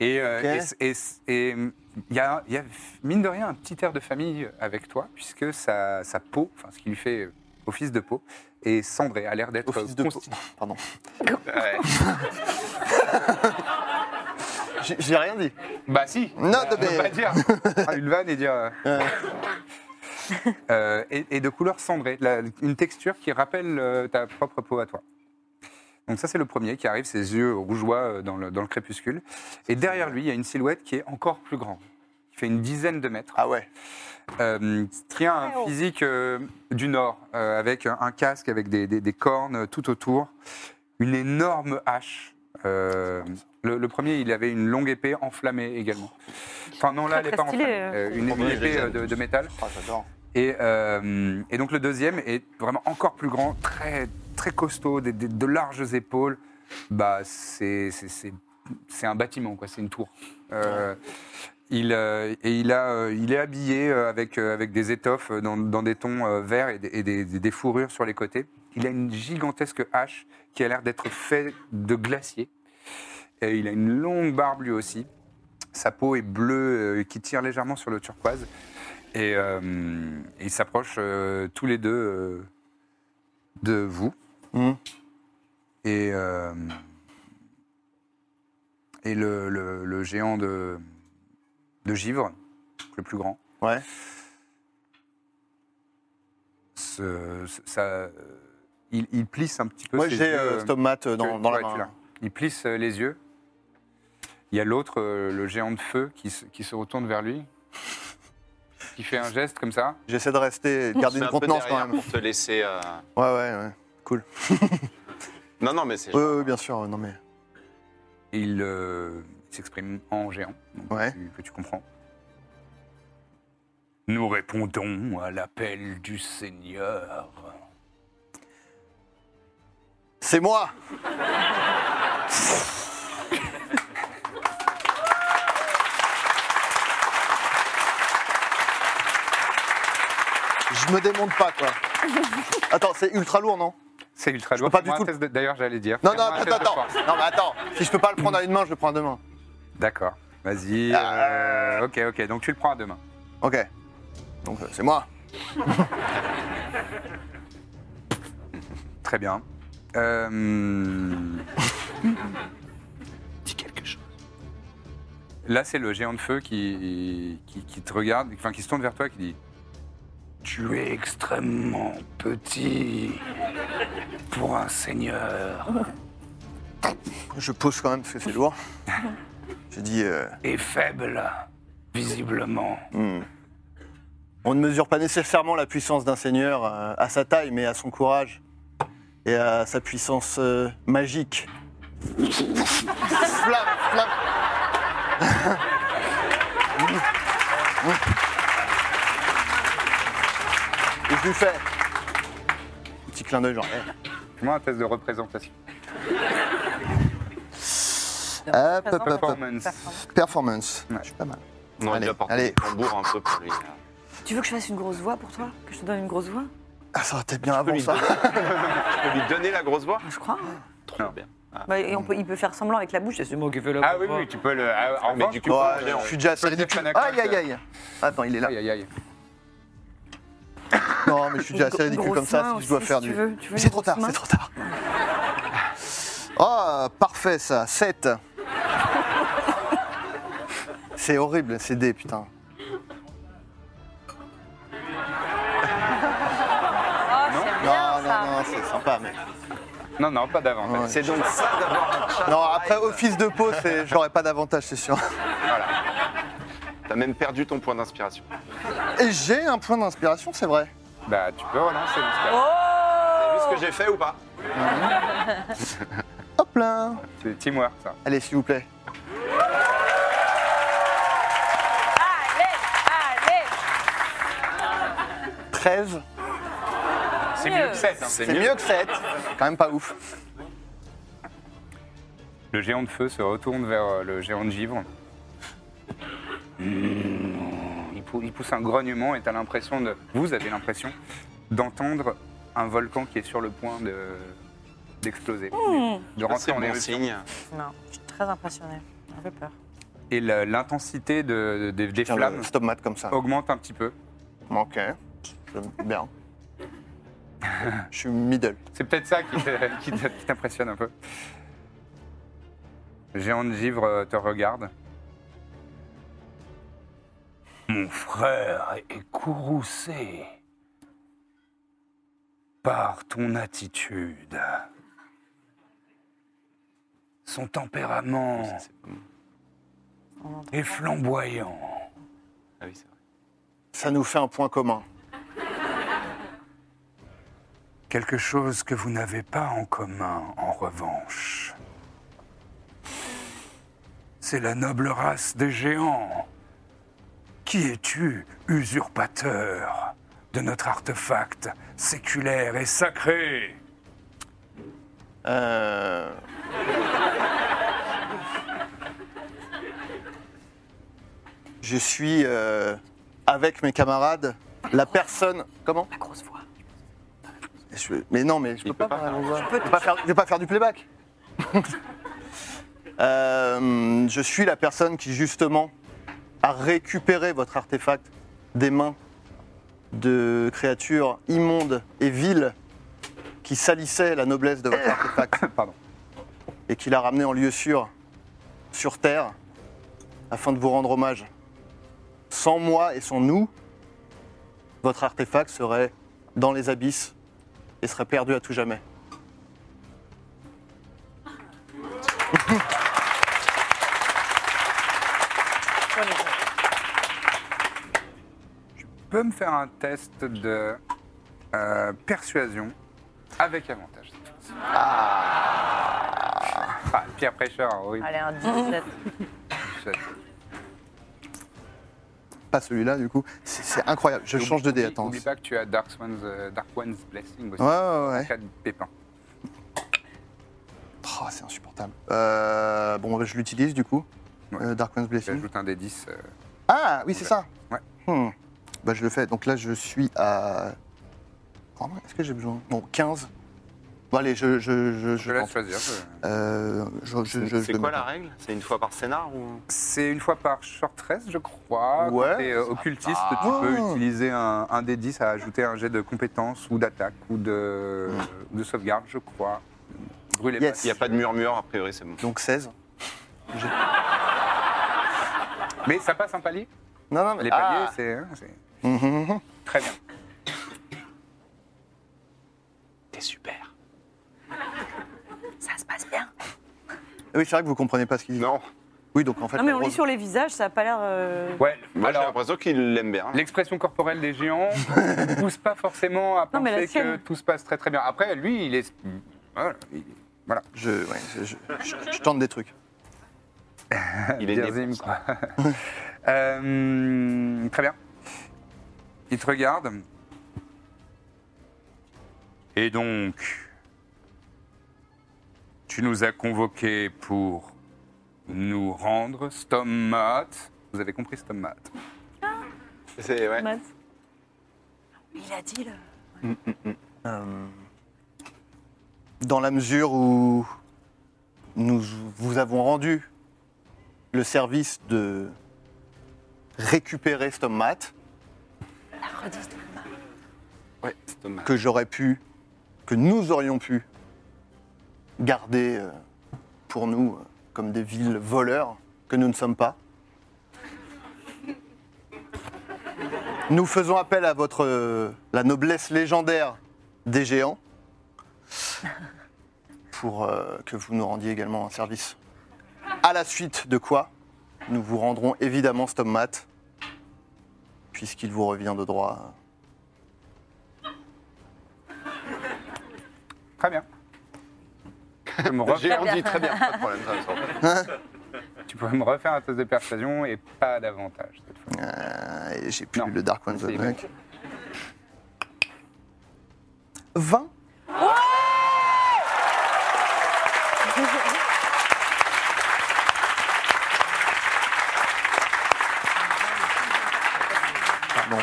B: Et euh,
F: Ok.
B: et s- et s- et, hum, il y a, il y a, mine de rien, un petit air de famille avec toi, puisque sa, sa peau, enfin ce qui lui fait euh, office de peau, est cendrée, a l'air d'être
F: Office de peau.
B: consti-
F: Pardon.
D: Ouais.
F: J'ai j'ai rien dit.
B: Bah si
F: Non,
B: On peut
F: mais-
B: pas dire Ah, une vanne et dire... euh,
F: Euh,
B: euh, et, et de couleur cendrée, la- une texture qui rappelle euh, ta propre peau à toi. Donc ça c'est le premier qui arrive, ses yeux rougeois euh, dans le, dans le crépuscule. Et derrière lui, il y a une silhouette qui est encore plus grande, qui fait une dizaine de mètres.
F: ah ouais.
B: euh, qui a un physique euh, du Nord, euh, avec un, un casque, avec des, des- des cornes euh, tout autour, une énorme hache. Euh, le, le premier, il avait une longue épée enflammée également. Enfin non, là,
H: Très,
B: elle n'est
H: très
B: pas
H: stylé,
B: enflammée.
H: euh.
B: Euh, une, une épée euh, de, de métal.
F: Ah, j'adore.
B: Et, euh, et donc le deuxième est vraiment encore plus grand, très, très costaud, des- des- de larges épaules. Bah, c'est c'est- c'est- c'est un bâtiment, quoi. c'est une tour. Euh, il, euh, et il, a, euh, il est habillé euh, avec, euh, avec des étoffes euh, dans, dans des tons euh, verts et, des, et des- des- des fourrures sur les côtés. Il a une gigantesque hache qui a l'air d'être faite de glacier. Et il a une longue barbe lui aussi. Sa peau est bleue euh, qui tire légèrement sur le turquoise. Et euh, ils s'approchent euh, tous les deux euh, de vous.
F: Mhm.
B: Et, euh, et le, le- le géant de, de Givre, le plus grand,
F: Ouais.
B: se- se- ça- euh, il, il plisse un petit peu
F: Moi,
B: ses
F: j'ai
B: yeux,
F: euh,
B: euh,
F: stomate euh, dans,
B: que-
F: dans la
B: ouais, tu l'as.
F: main.
B: Il plisse euh, les yeux. Il y a l'autre, euh, le géant de feu, qui se, qui se retourne vers lui. Qui fait un geste comme ça.
F: J'essaie de rester, de garder
D: Je
F: une
D: suis un peu
F: contenance quand
D: derrière
F: même.
D: Pour te laisser. euh,
F: Ouais, ouais, ouais.
D: Non, non, mais c'est.
F: Oui, oui, bien sûr. Non, mais.
B: Il euh, s'exprime en géant, donc
F: Ouais.
B: tu- que tu comprends. Nous répondons à l'appel du Seigneur.
F: C'est moi Je me démonte pas, quoi. Attends, c'est ultra lourd, non
B: C'est ultra
F: Je
B: lourd.
F: peux pas
B: Fais-moi
F: du
B: un
F: tout.
B: test de- D'ailleurs, j'allais dire.
F: Non, non,
B: Fais-moi un
F: attends,
B: test de
F: attends.
B: force.
F: Non, mais attends. Si je peux pas le prendre à une main, je le prends à deux mains.
B: D'accord. Vas-y. euh, ok, ok. Donc tu le prends à deux mains.
F: Ok. Donc, euh, c'est moi.
B: Très bien. Euh,
D: Dis quelque chose.
B: Là, c'est le géant de feu qui, qui, qui te regarde, enfin qui se tourne vers toi et qui dit Tu es extrêmement petit pour un seigneur.
F: Je pousse quand même parce que c'est lourd. J'ai dit, euh, hmm.
B: Et faible, visiblement.
F: on ne mesure pas nécessairement la puissance d'un seigneur euh, à sa taille, mais à son courage et à sa puissance euh, magique. flamme, flamme. Et je lui fais un petit clin d'œil, genre. eh.
B: Fais-moi un test de représentation.
F: Hop, hop, hop, hop.
B: Performance.
F: Performance.
B: Ouais.
F: Je suis pas mal.
D: Non,
F: Allez,
D: il apporte
F: allez.
D: le tambour un peu pour lui. euh. là.
H: Tu veux que je fasse une grosse voix pour toi Que je te donne une grosse voix
F: Ah, ça aurait été bien avant ça.
D: Tu peux lui donner la grosse voix
H: Je crois. hein.
D: Trop bien.
H: Bah, et on peut, il peut faire semblant avec la bouche. C'est moi qui fais la
B: Ah oui, oui, tu peux le. ah, en revanche,
F: du
B: tu
F: coup,
B: peux-
F: ah, je suis déjà assez
B: Peut-être
F: ridicule.
B: un acte-
F: Aïe, aïe, aïe. Attends, il est là.
B: Aïe, aïe, aïe.
F: Non, mais je suis déjà assez ridicule
H: Grosse
F: comme ça
H: main
F: si je dois
H: aussi,
F: faire
H: si
F: du.
H: tu veux. Tu veux
F: Mais
H: une
F: c'est trop
H: grosse
F: tard,
H: main
F: c'est trop tard. Ah, parfait ça, 7. C'est horrible, c'est dés, putain.
H: Ah,
F: Non, non, non, c'est sympa, mais.
B: Non, non, pas d'avantage.
F: Ouais.
B: C'est donc ça d'avoir un chat.
F: Non, après, office de peau, c'est- j'aurais pas d'avantage, c'est sûr.
D: T'as même perdu ton point d'inspiration.
F: Et j'ai un point d'inspiration, c'est vrai.
B: Bah, tu peux relancer
H: Oh
B: l'inspiration.
D: T'as vu ce que j'ai fait ou pas
F: Hop là
B: C'est teamwork, ça.
F: Allez, s'il vous plaît.
H: Allez,
F: 13.
B: C'est mieux que 7.
F: C'est mieux que 7. Quand même pas ouf.
B: Le géant de feu se retourne vers euh, le géant de givre.
D: Hmm,
B: Il, pou- il pousse un grognement et t'as l'impression de. Vous avez l'impression d'entendre un volcan qui est sur le point de d'exploser, de
D: Ah, C'est
B: rentrer en
D: bon
B: éruption.
D: signe.
H: allez Non, je suis très impressionnée. J'ai un peu peur.
B: Et la- l'intensité de- de- des- des
F: Tiens,
B: flammes
F: le Stop mat comme ça.
B: augmente un petit peu.
F: Ok. Je- Bien. Je suis middle.
B: C'est peut-être ça qui te- qui te- qui t'impressionne un peu. Géant de givre euh, te regarde. Mon frère est courroucé par ton attitude. Son tempérament est flamboyant.
D: Ah oui, c'est vrai.
F: Ça nous fait un point commun.
B: Quelque chose que vous n'avez pas en commun, en revanche. C'est la noble race des géants. Qui es-tu, usurpateur de notre artefact séculaire et sacré
F: Euh... Je suis euh, avec mes camarades la personne. Comment
H: La grosse voix.
F: Je- Mais non, mais je peux,
D: peut
F: pas,
D: pas
F: parler à la voix. Je peux pas faire- je vais pas faire du playback. Euh, je suis la personne qui justement a récupéré votre artefact des mains de créatures immondes et viles qui salissaient la noblesse de votre artefact
B: Pardon.
F: et qui l'a ramené en lieu sûr sur Terre afin de vous rendre hommage. Sans moi et sans nous, votre artefact serait dans les abysses et serait perdu à tout jamais.
B: Peux me faire un test de euh, persuasion avec avantage. Ah, Pierre Prêcheur, oui.
E: Allez, un 17.
F: Pas celui-là, du coup. C'est c'est incroyable. Je change de dé, attends.
B: N'oublie pas que tu as Dark One's, euh, Dark One's Blessing aussi.
F: Ouais, ouais, ouais.
B: Quatre pépins.
F: Oh, c'est insupportable. Euh, bon, bah, je l'utilise, du coup.
B: Ouais.
F: Euh, Dark One's Blessing.
B: J'ajoute un des 10. euh,
F: Ah, oui, c'est ça.
B: Ouais.
F: Hmm. Bah, je le fais. Donc là, je suis à. Oh, non, Est-ce que j'ai besoin Bon, 15. Bon, allez, je. Je, je,
B: je
F: je
B: te laisse
F: tente.
B: choisir. je-
F: Euh, je, je- je- je
D: C'est
F: le
D: quoi
F: mets
D: la règle C'est une fois par scénar ou
B: C'est une fois par short rest, je crois.
F: Ouais.
B: Quand t'es euh, occultiste,
D: Ah.
B: tu peux
F: Ouais.
B: utiliser un, un des 10 à ajouter un jet de compétences ou d'attaque ou de, ou de sauvegarde, je crois. Brûlez
F: Hmm. Yes.
D: Il n'y a pas de murmure, a priori, c'est bon.
F: pas. Donc 16.
B: pas. Mais ça passe un palier
F: Non, non, mais.
B: Les paliers,
F: Ah.
B: c'est. hein, c'est-
F: Hum, hum, hum.
B: Mm-hmm. Très bien.
D: T'es super.
H: Ça se passe bien.
F: Oui, c'est vrai que vous comprenez pas ce qu'il dit.
D: Non.
F: Oui, donc en fait.
H: Non, mais
F: la
H: on lit
F: rose-
H: sur les visages, ça a pas l'air. euh,
B: Ouais,
D: Moi, j'ai
B: alors,
D: l'impression qu'il l'aime bien.
B: l'expression corporelle des géants ne pousse pas forcément à
H: Non, mais la
B: penser que
H: sienne.
B: tout se passe très très bien. Après, lui, il est. Voilà. il- voilà.
F: Je, ouais, je- je- je- je tente des trucs.
D: Il est
B: Bien
D: né pour
B: Zim,
D: ça.
B: quoi. Euh, très bien. Il te regarde. Et donc, tu nous as convoqués pour nous rendre Stommat. Vous avez compris Stommat.
D: C'est- ouais.
H: Matt. Il a dit, là.
F: Euh, dans la mesure où nous vous avons rendu le service de récupérer Stommat,
D: Ouais, c'est dommage.
F: que j'aurais pu, que nous aurions pu garder euh, pour nous euh, comme des villes voleurs que nous ne sommes pas. Nous faisons appel à votre euh, la noblesse légendaire des géants pour euh, que vous nous rendiez également un service. À la suite de quoi, nous vous rendrons évidemment Stommat, puisqu'il vous revient de droit. euh,
B: Très bien. Tu peux me refaire-
D: J'ai dit très bien, pas de problème. ça me semble.
B: tu peux me refaire un test de persuasion et pas davantage cette fois.
F: Euh, et j'ai plus
B: Non,
F: le Dark One of
B: c'est
F: the Black. 20 Pardon.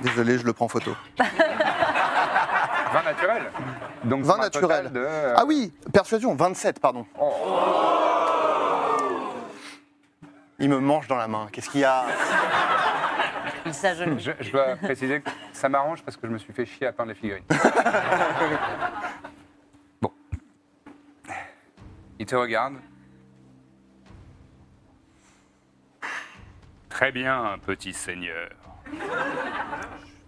F: Désolé, je le prends photo.
B: 20 naturel. Donc
F: 20
B: pour un total
F: naturel.
B: de, Oh. euh,
F: Ah oui, persuasion, 27, pardon. Il me mange dans la main. Qu'est-ce qu'il y a
E: Il s'agenouille.
B: je, je dois préciser que ça m'arrange parce que je me suis fait chier à peindre les figurines. bon. Il te regarde.
J: Très bien, petit seigneur.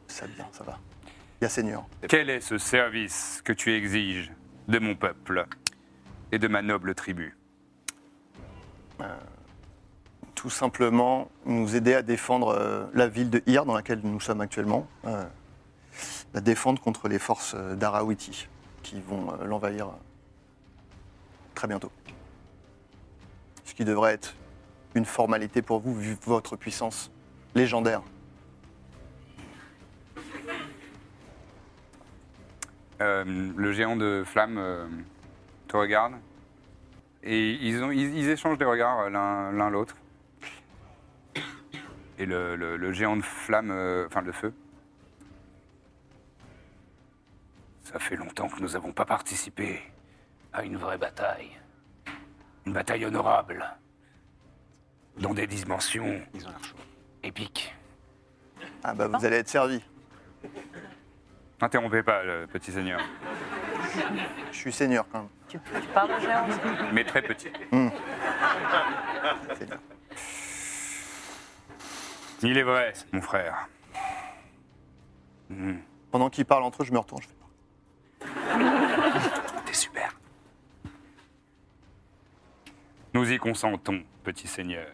F: Ça bien, ça va. Il y a Seigneur.
J: Quel est ce service que tu exiges de mon peuple et de ma noble tribu
F: tout simplement nous aider à défendre euh, la ville de Hir dans laquelle nous sommes actuellement, euh, la défendre contre les forces euh, d'Arawiti qui vont euh, l'envahir euh, très bientôt. Ce qui devrait être une formalité pour vous vu votre puissance légendaire.
B: Euh, le géant de flamme euh, te regarde. Et ils, ont, ils, ils échangent des regards euh, l'un l'un l'autre. Et le, le- le géant de flamme, euh, enfin de feu.
J: Ça fait longtemps que nous n'avons pas participé à une vraie bataille. Une bataille honorable. Dans des dimensions
D: Ils ont l'air chauds.
J: épiques.
F: Ah bah vous allez être servi.
J: N'interrompez pas,
B: euh,
J: le petit seigneur.
F: Je suis seigneur quand même.
E: Tu, tu parles aux géants aussi
J: Mais très petit.
F: Seigneur.
J: Il est vrai, mon frère. Hmm,
F: Pendant qu'ils parlent entre eux, je me retourne. Je fais,
J: T'es super. Nous y consentons, petit seigneur.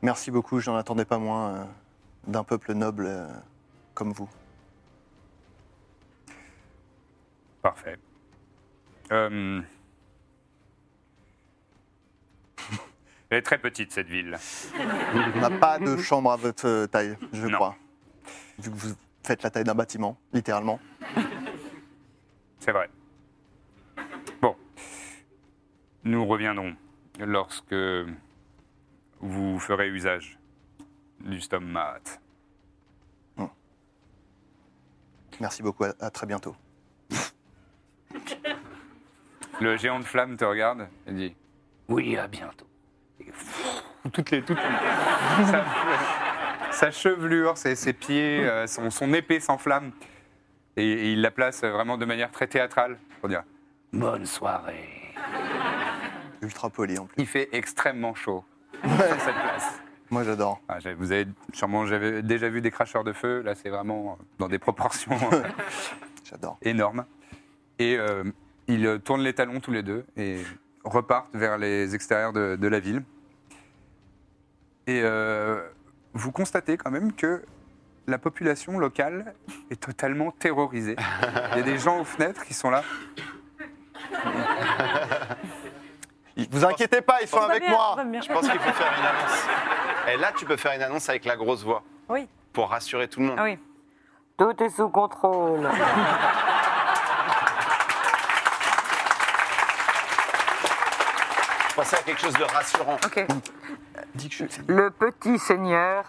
F: Merci beaucoup, je n'en attendais pas moins euh, d'un peuple noble euh, comme vous.
J: Parfait. Euh, Elle est très petite, cette ville.
F: On n'a pas de chambre à votre euh, taille, je
J: Non.
F: crois. Vu que vous faites la taille d'un bâtiment, littéralement.
J: C'est vrai. Bon. Nous reviendrons lorsque vous ferez usage du stomat.
F: Merci beaucoup, à, à très bientôt.
B: Le géant de flamme te regarde et dit
J: Oui, à bientôt.
B: toutes les toutes sa, sa chevelure, ses, ses pieds, euh, son, son épée s'enflamme et, et il la place vraiment de manière très théâtrale pour dire.
J: Bonne soirée.
F: Ultra poli en plus.
B: Il fait extrêmement chaud sur cette place.
F: Moi j'adore.
B: Ah, j'ai- vous avez sûrement j'avais déjà vu des cracheurs de feu. Là, c'est vraiment dans des proportions euh,
F: J'adore.
B: énormes. Et euh, ils euh, tournent les talons tous les deux et repartent vers les extérieurs de, de la ville. Et euh, vous constatez quand même que la population locale est totalement terrorisée. Il y a des gens aux fenêtres qui sont là.
F: Vous inquiétez pas, ils sont
H: Ça va
F: avec
H: bien, ça va
F: moi
H: bien.
D: Je pense qu'il faut faire une annonce. Et là, tu peux faire une annonce avec la grosse voix
H: Oui,
D: pour rassurer tout le monde.
H: ah oui. Tout est sous contrôle.
D: Je pensais à quelque chose de rassurant.
H: Ok. Le petit seigneur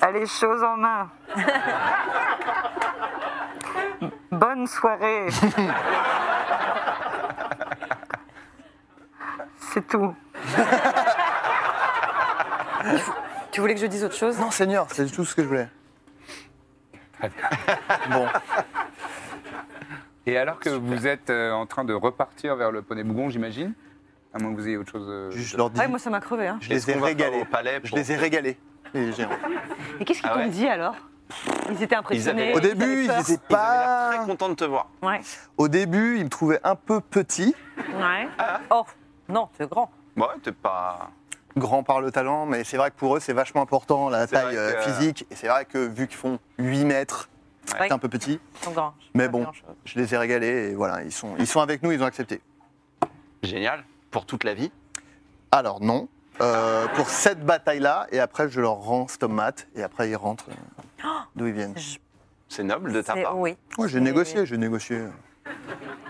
H: a les choses en main. Bonne soirée. C'est tout. tu voulais que je dise autre chose
F: Non, Seigneur, c'est tout ce que je voulais. Bon.
B: Et alors que vous êtes euh, en train de repartir vers le Poney Bougon, j'imagine À moins que vous ayez autre chose. euh,
F: Je leur dis.
H: Ouais, moi, ça m'a crevé. Hein.
F: Je les ai régalés. je les ai régalés. les géants.
E: Et qu'est-ce qu'ils
F: Ah
E: t'ont
F: ouais.
E: dit alors Ils étaient impressionnés.
F: Au début, ils
E: avaient peur.
F: étaient pas.
D: Très content de te voir.
E: Ouais.
F: Au début, ils me trouvaient un peu petit,
E: Ouais. Oh, non, c'est grand.
D: Bah ouais, t'es pas.
F: grand par le talent, mais c'est vrai que pour eux, c'est vachement important la
D: vrai
F: taille
D: que-
F: euh, physique. Et c'est vrai que vu qu'ils font 8 mètres,
E: Ouais.
F: c'est un peu petit.
E: Ils sont grands.
F: Mais bon, je les ai régalés et voilà, ils sont, ils sont avec nous, ils ont accepté.
D: Génial. Pour toute la vie.
F: Alors non, euh, pour cette bataille-là, et après je leur rends stomate, et après ils rentrent euh, d'où ils viennent.
D: C'est noble de ta
E: C'est-
D: part.
E: Oui.
F: Moi j'ai négocié, j'ai négocié.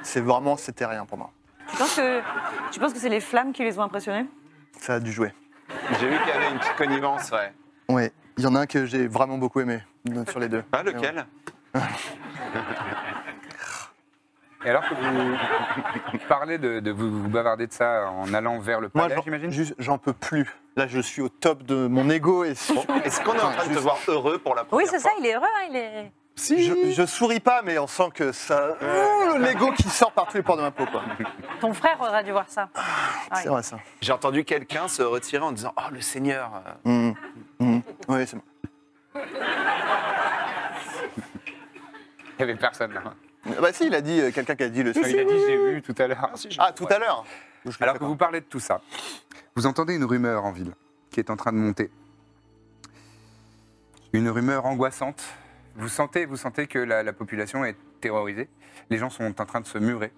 F: C'est vraiment, c'était rien pour moi.
E: Tu penses que, tu penses que c'est les flammes qui les ont impressionnés
F: Ça a dû jouer.
D: J'ai vu qu'il y avait une petite connivence, ouais.
F: Oui, il y en a un que j'ai vraiment beaucoup aimé, sur les deux.
D: Ah, lequel
B: Et alors que vous parlez de, de- vous, vous bavardez de ça en allant vers le
F: Moi
B: palais,
F: j'en-
B: j'imagine
F: juste, j'en peux plus. Là je suis au top de mon ego et
D: Est-ce qu'on est en train de te voir heureux pour la
E: Oui,
D: première
E: c'est ça, il est heureux, hein, il est.
F: Si. Je, je souris pas, mais on sent que ça. Ouh, L'ego qui sort par tous les pores de ma peau, quoi.
E: Ton frère aurait dû voir ça. Ouais.
F: Ah, C'est vrai, ça.
D: J'ai entendu quelqu'un se retirer en disant Oh, le Seigneur euh,
F: Mm. Mm. Oui, c'est bon.
B: Il n'y avait personne là.
F: Ah Bah, si, il a dit, euh, quelqu'un qui a dit le
B: Il a dit j'ai vu tout à l'heure.
F: Ah, tout à l'heure
B: Alors que vous parlez de tout ça, vous entendez une rumeur en ville qui est en train de monter. Une rumeur angoissante. Vous sentez, vous sentez que la, la population est terrorisée. Les gens sont en train de se murer,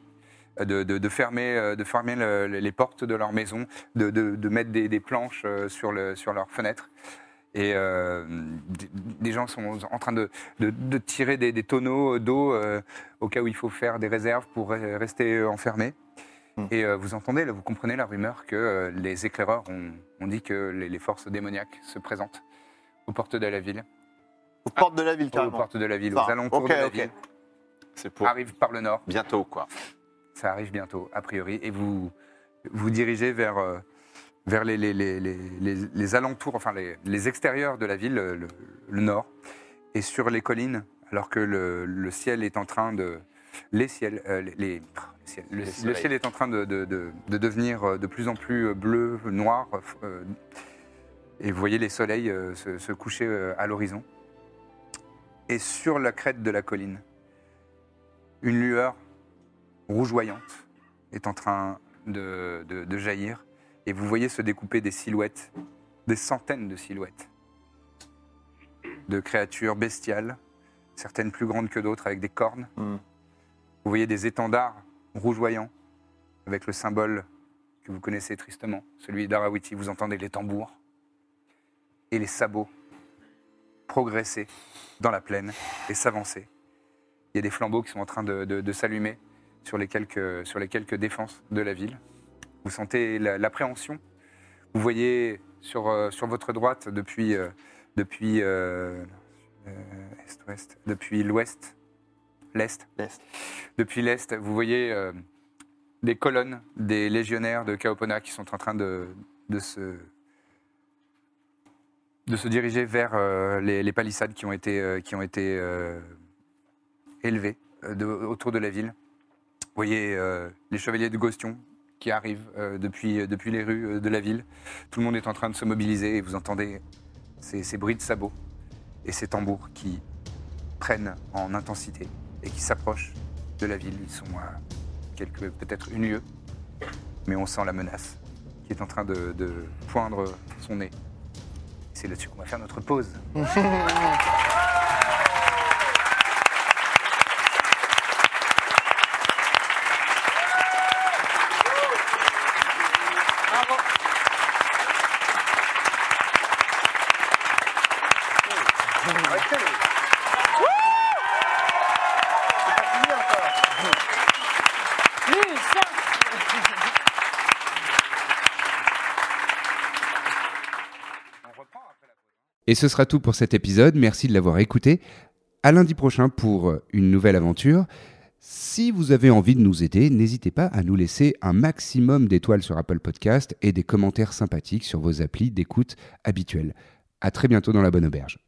B: euh, de, de- de fermer, euh, de fermer le- le- les portes de leur maison, de, de- de mettre des, des planches euh, sur, le- sur leurs fenêtres. Et euh, des- des gens sont en train de, de- de tirer des, des tonneaux d'eau euh, au cas où il faut faire des réserves pour re- rester enfermés. Et euh, vous entendez, là, vous comprenez la rumeur que euh, les éclaireurs ont, ont dit que les, les forces démoniaques se présentent aux portes de la ville.
F: Aux portes de la ville,
B: Aux
F: carrément.
B: portes de la ville,
F: Ça,
B: aux alentours
F: ok,
B: de la
F: ok.
B: ville.
D: C'est pour.
B: Arrive par le nord.
D: Ah, Bientôt, quoi.
B: Ça arrive bientôt, a priori. Et vous vous dirigez vers, euh, vers les, les- les- les- les- les alentours, enfin les, les extérieurs de la ville, le, le- le nord. Et sur les collines, alors que le, le ciel est en train de. Les ciels. euh, les, les- le ciel- le,
D: Les
B: le
D: soleils.
B: ciel est en train de, de- de- de devenir euh, de plus en plus bleu, noir. euh, et vous voyez les soleils euh, se, se coucher euh, à l'horizon. Et sur la crête de la colline, une lueur rougeoyante est en train de, de- de jaillir et vous voyez se découper des silhouettes, des centaines de silhouettes de créatures bestiales, certaines plus grandes que d'autres avec des cornes. Vous voyez des étendards rougeoyants avec le symbole que vous connaissez tristement, celui d'Arawiti. Vous entendez les tambours et les sabots progresser dans la plaine et s'avancer. Il y a des flambeaux qui sont en train de, de- de s'allumer sur les, quelques, sur les quelques défenses de la ville. Vous sentez la- l'appréhension. Vous voyez sur, euh, sur votre droite, depuis, euh, depuis euh, euh, est-ouest, depuis l'ouest, l'est, depuis l'est, vous voyez euh, des colonnes des légionnaires de Kaopona qui sont en train de, de se de se diriger vers euh, les, les palissades qui ont été, euh, qui ont été euh, élevées euh, de- autour de la ville. Vous voyez euh, les chevaliers de Gostion qui arrivent euh, depuis, depuis les rues euh, de la ville. Tout le monde est en train de se mobiliser et vous entendez ces, ces bruits de sabots et ces tambours qui prennent en intensité et qui s'approchent de la ville. Ils sont à quelques- peut-être une lieue, mais on sent la menace qui est en train de, de poindre son nez. C'est là-dessus qu'on va faire notre pause.
A: Et ce sera tout pour cet épisode. Merci de l'avoir écouté. à lundi prochain pour une nouvelle aventure. Si vous avez envie de nous aider, n'hésitez pas à nous laisser un maximum d'étoiles sur Apple Podcast et des commentaires sympathiques sur vos applis d'écoute habituelles. À très bientôt dans la bonne auberge.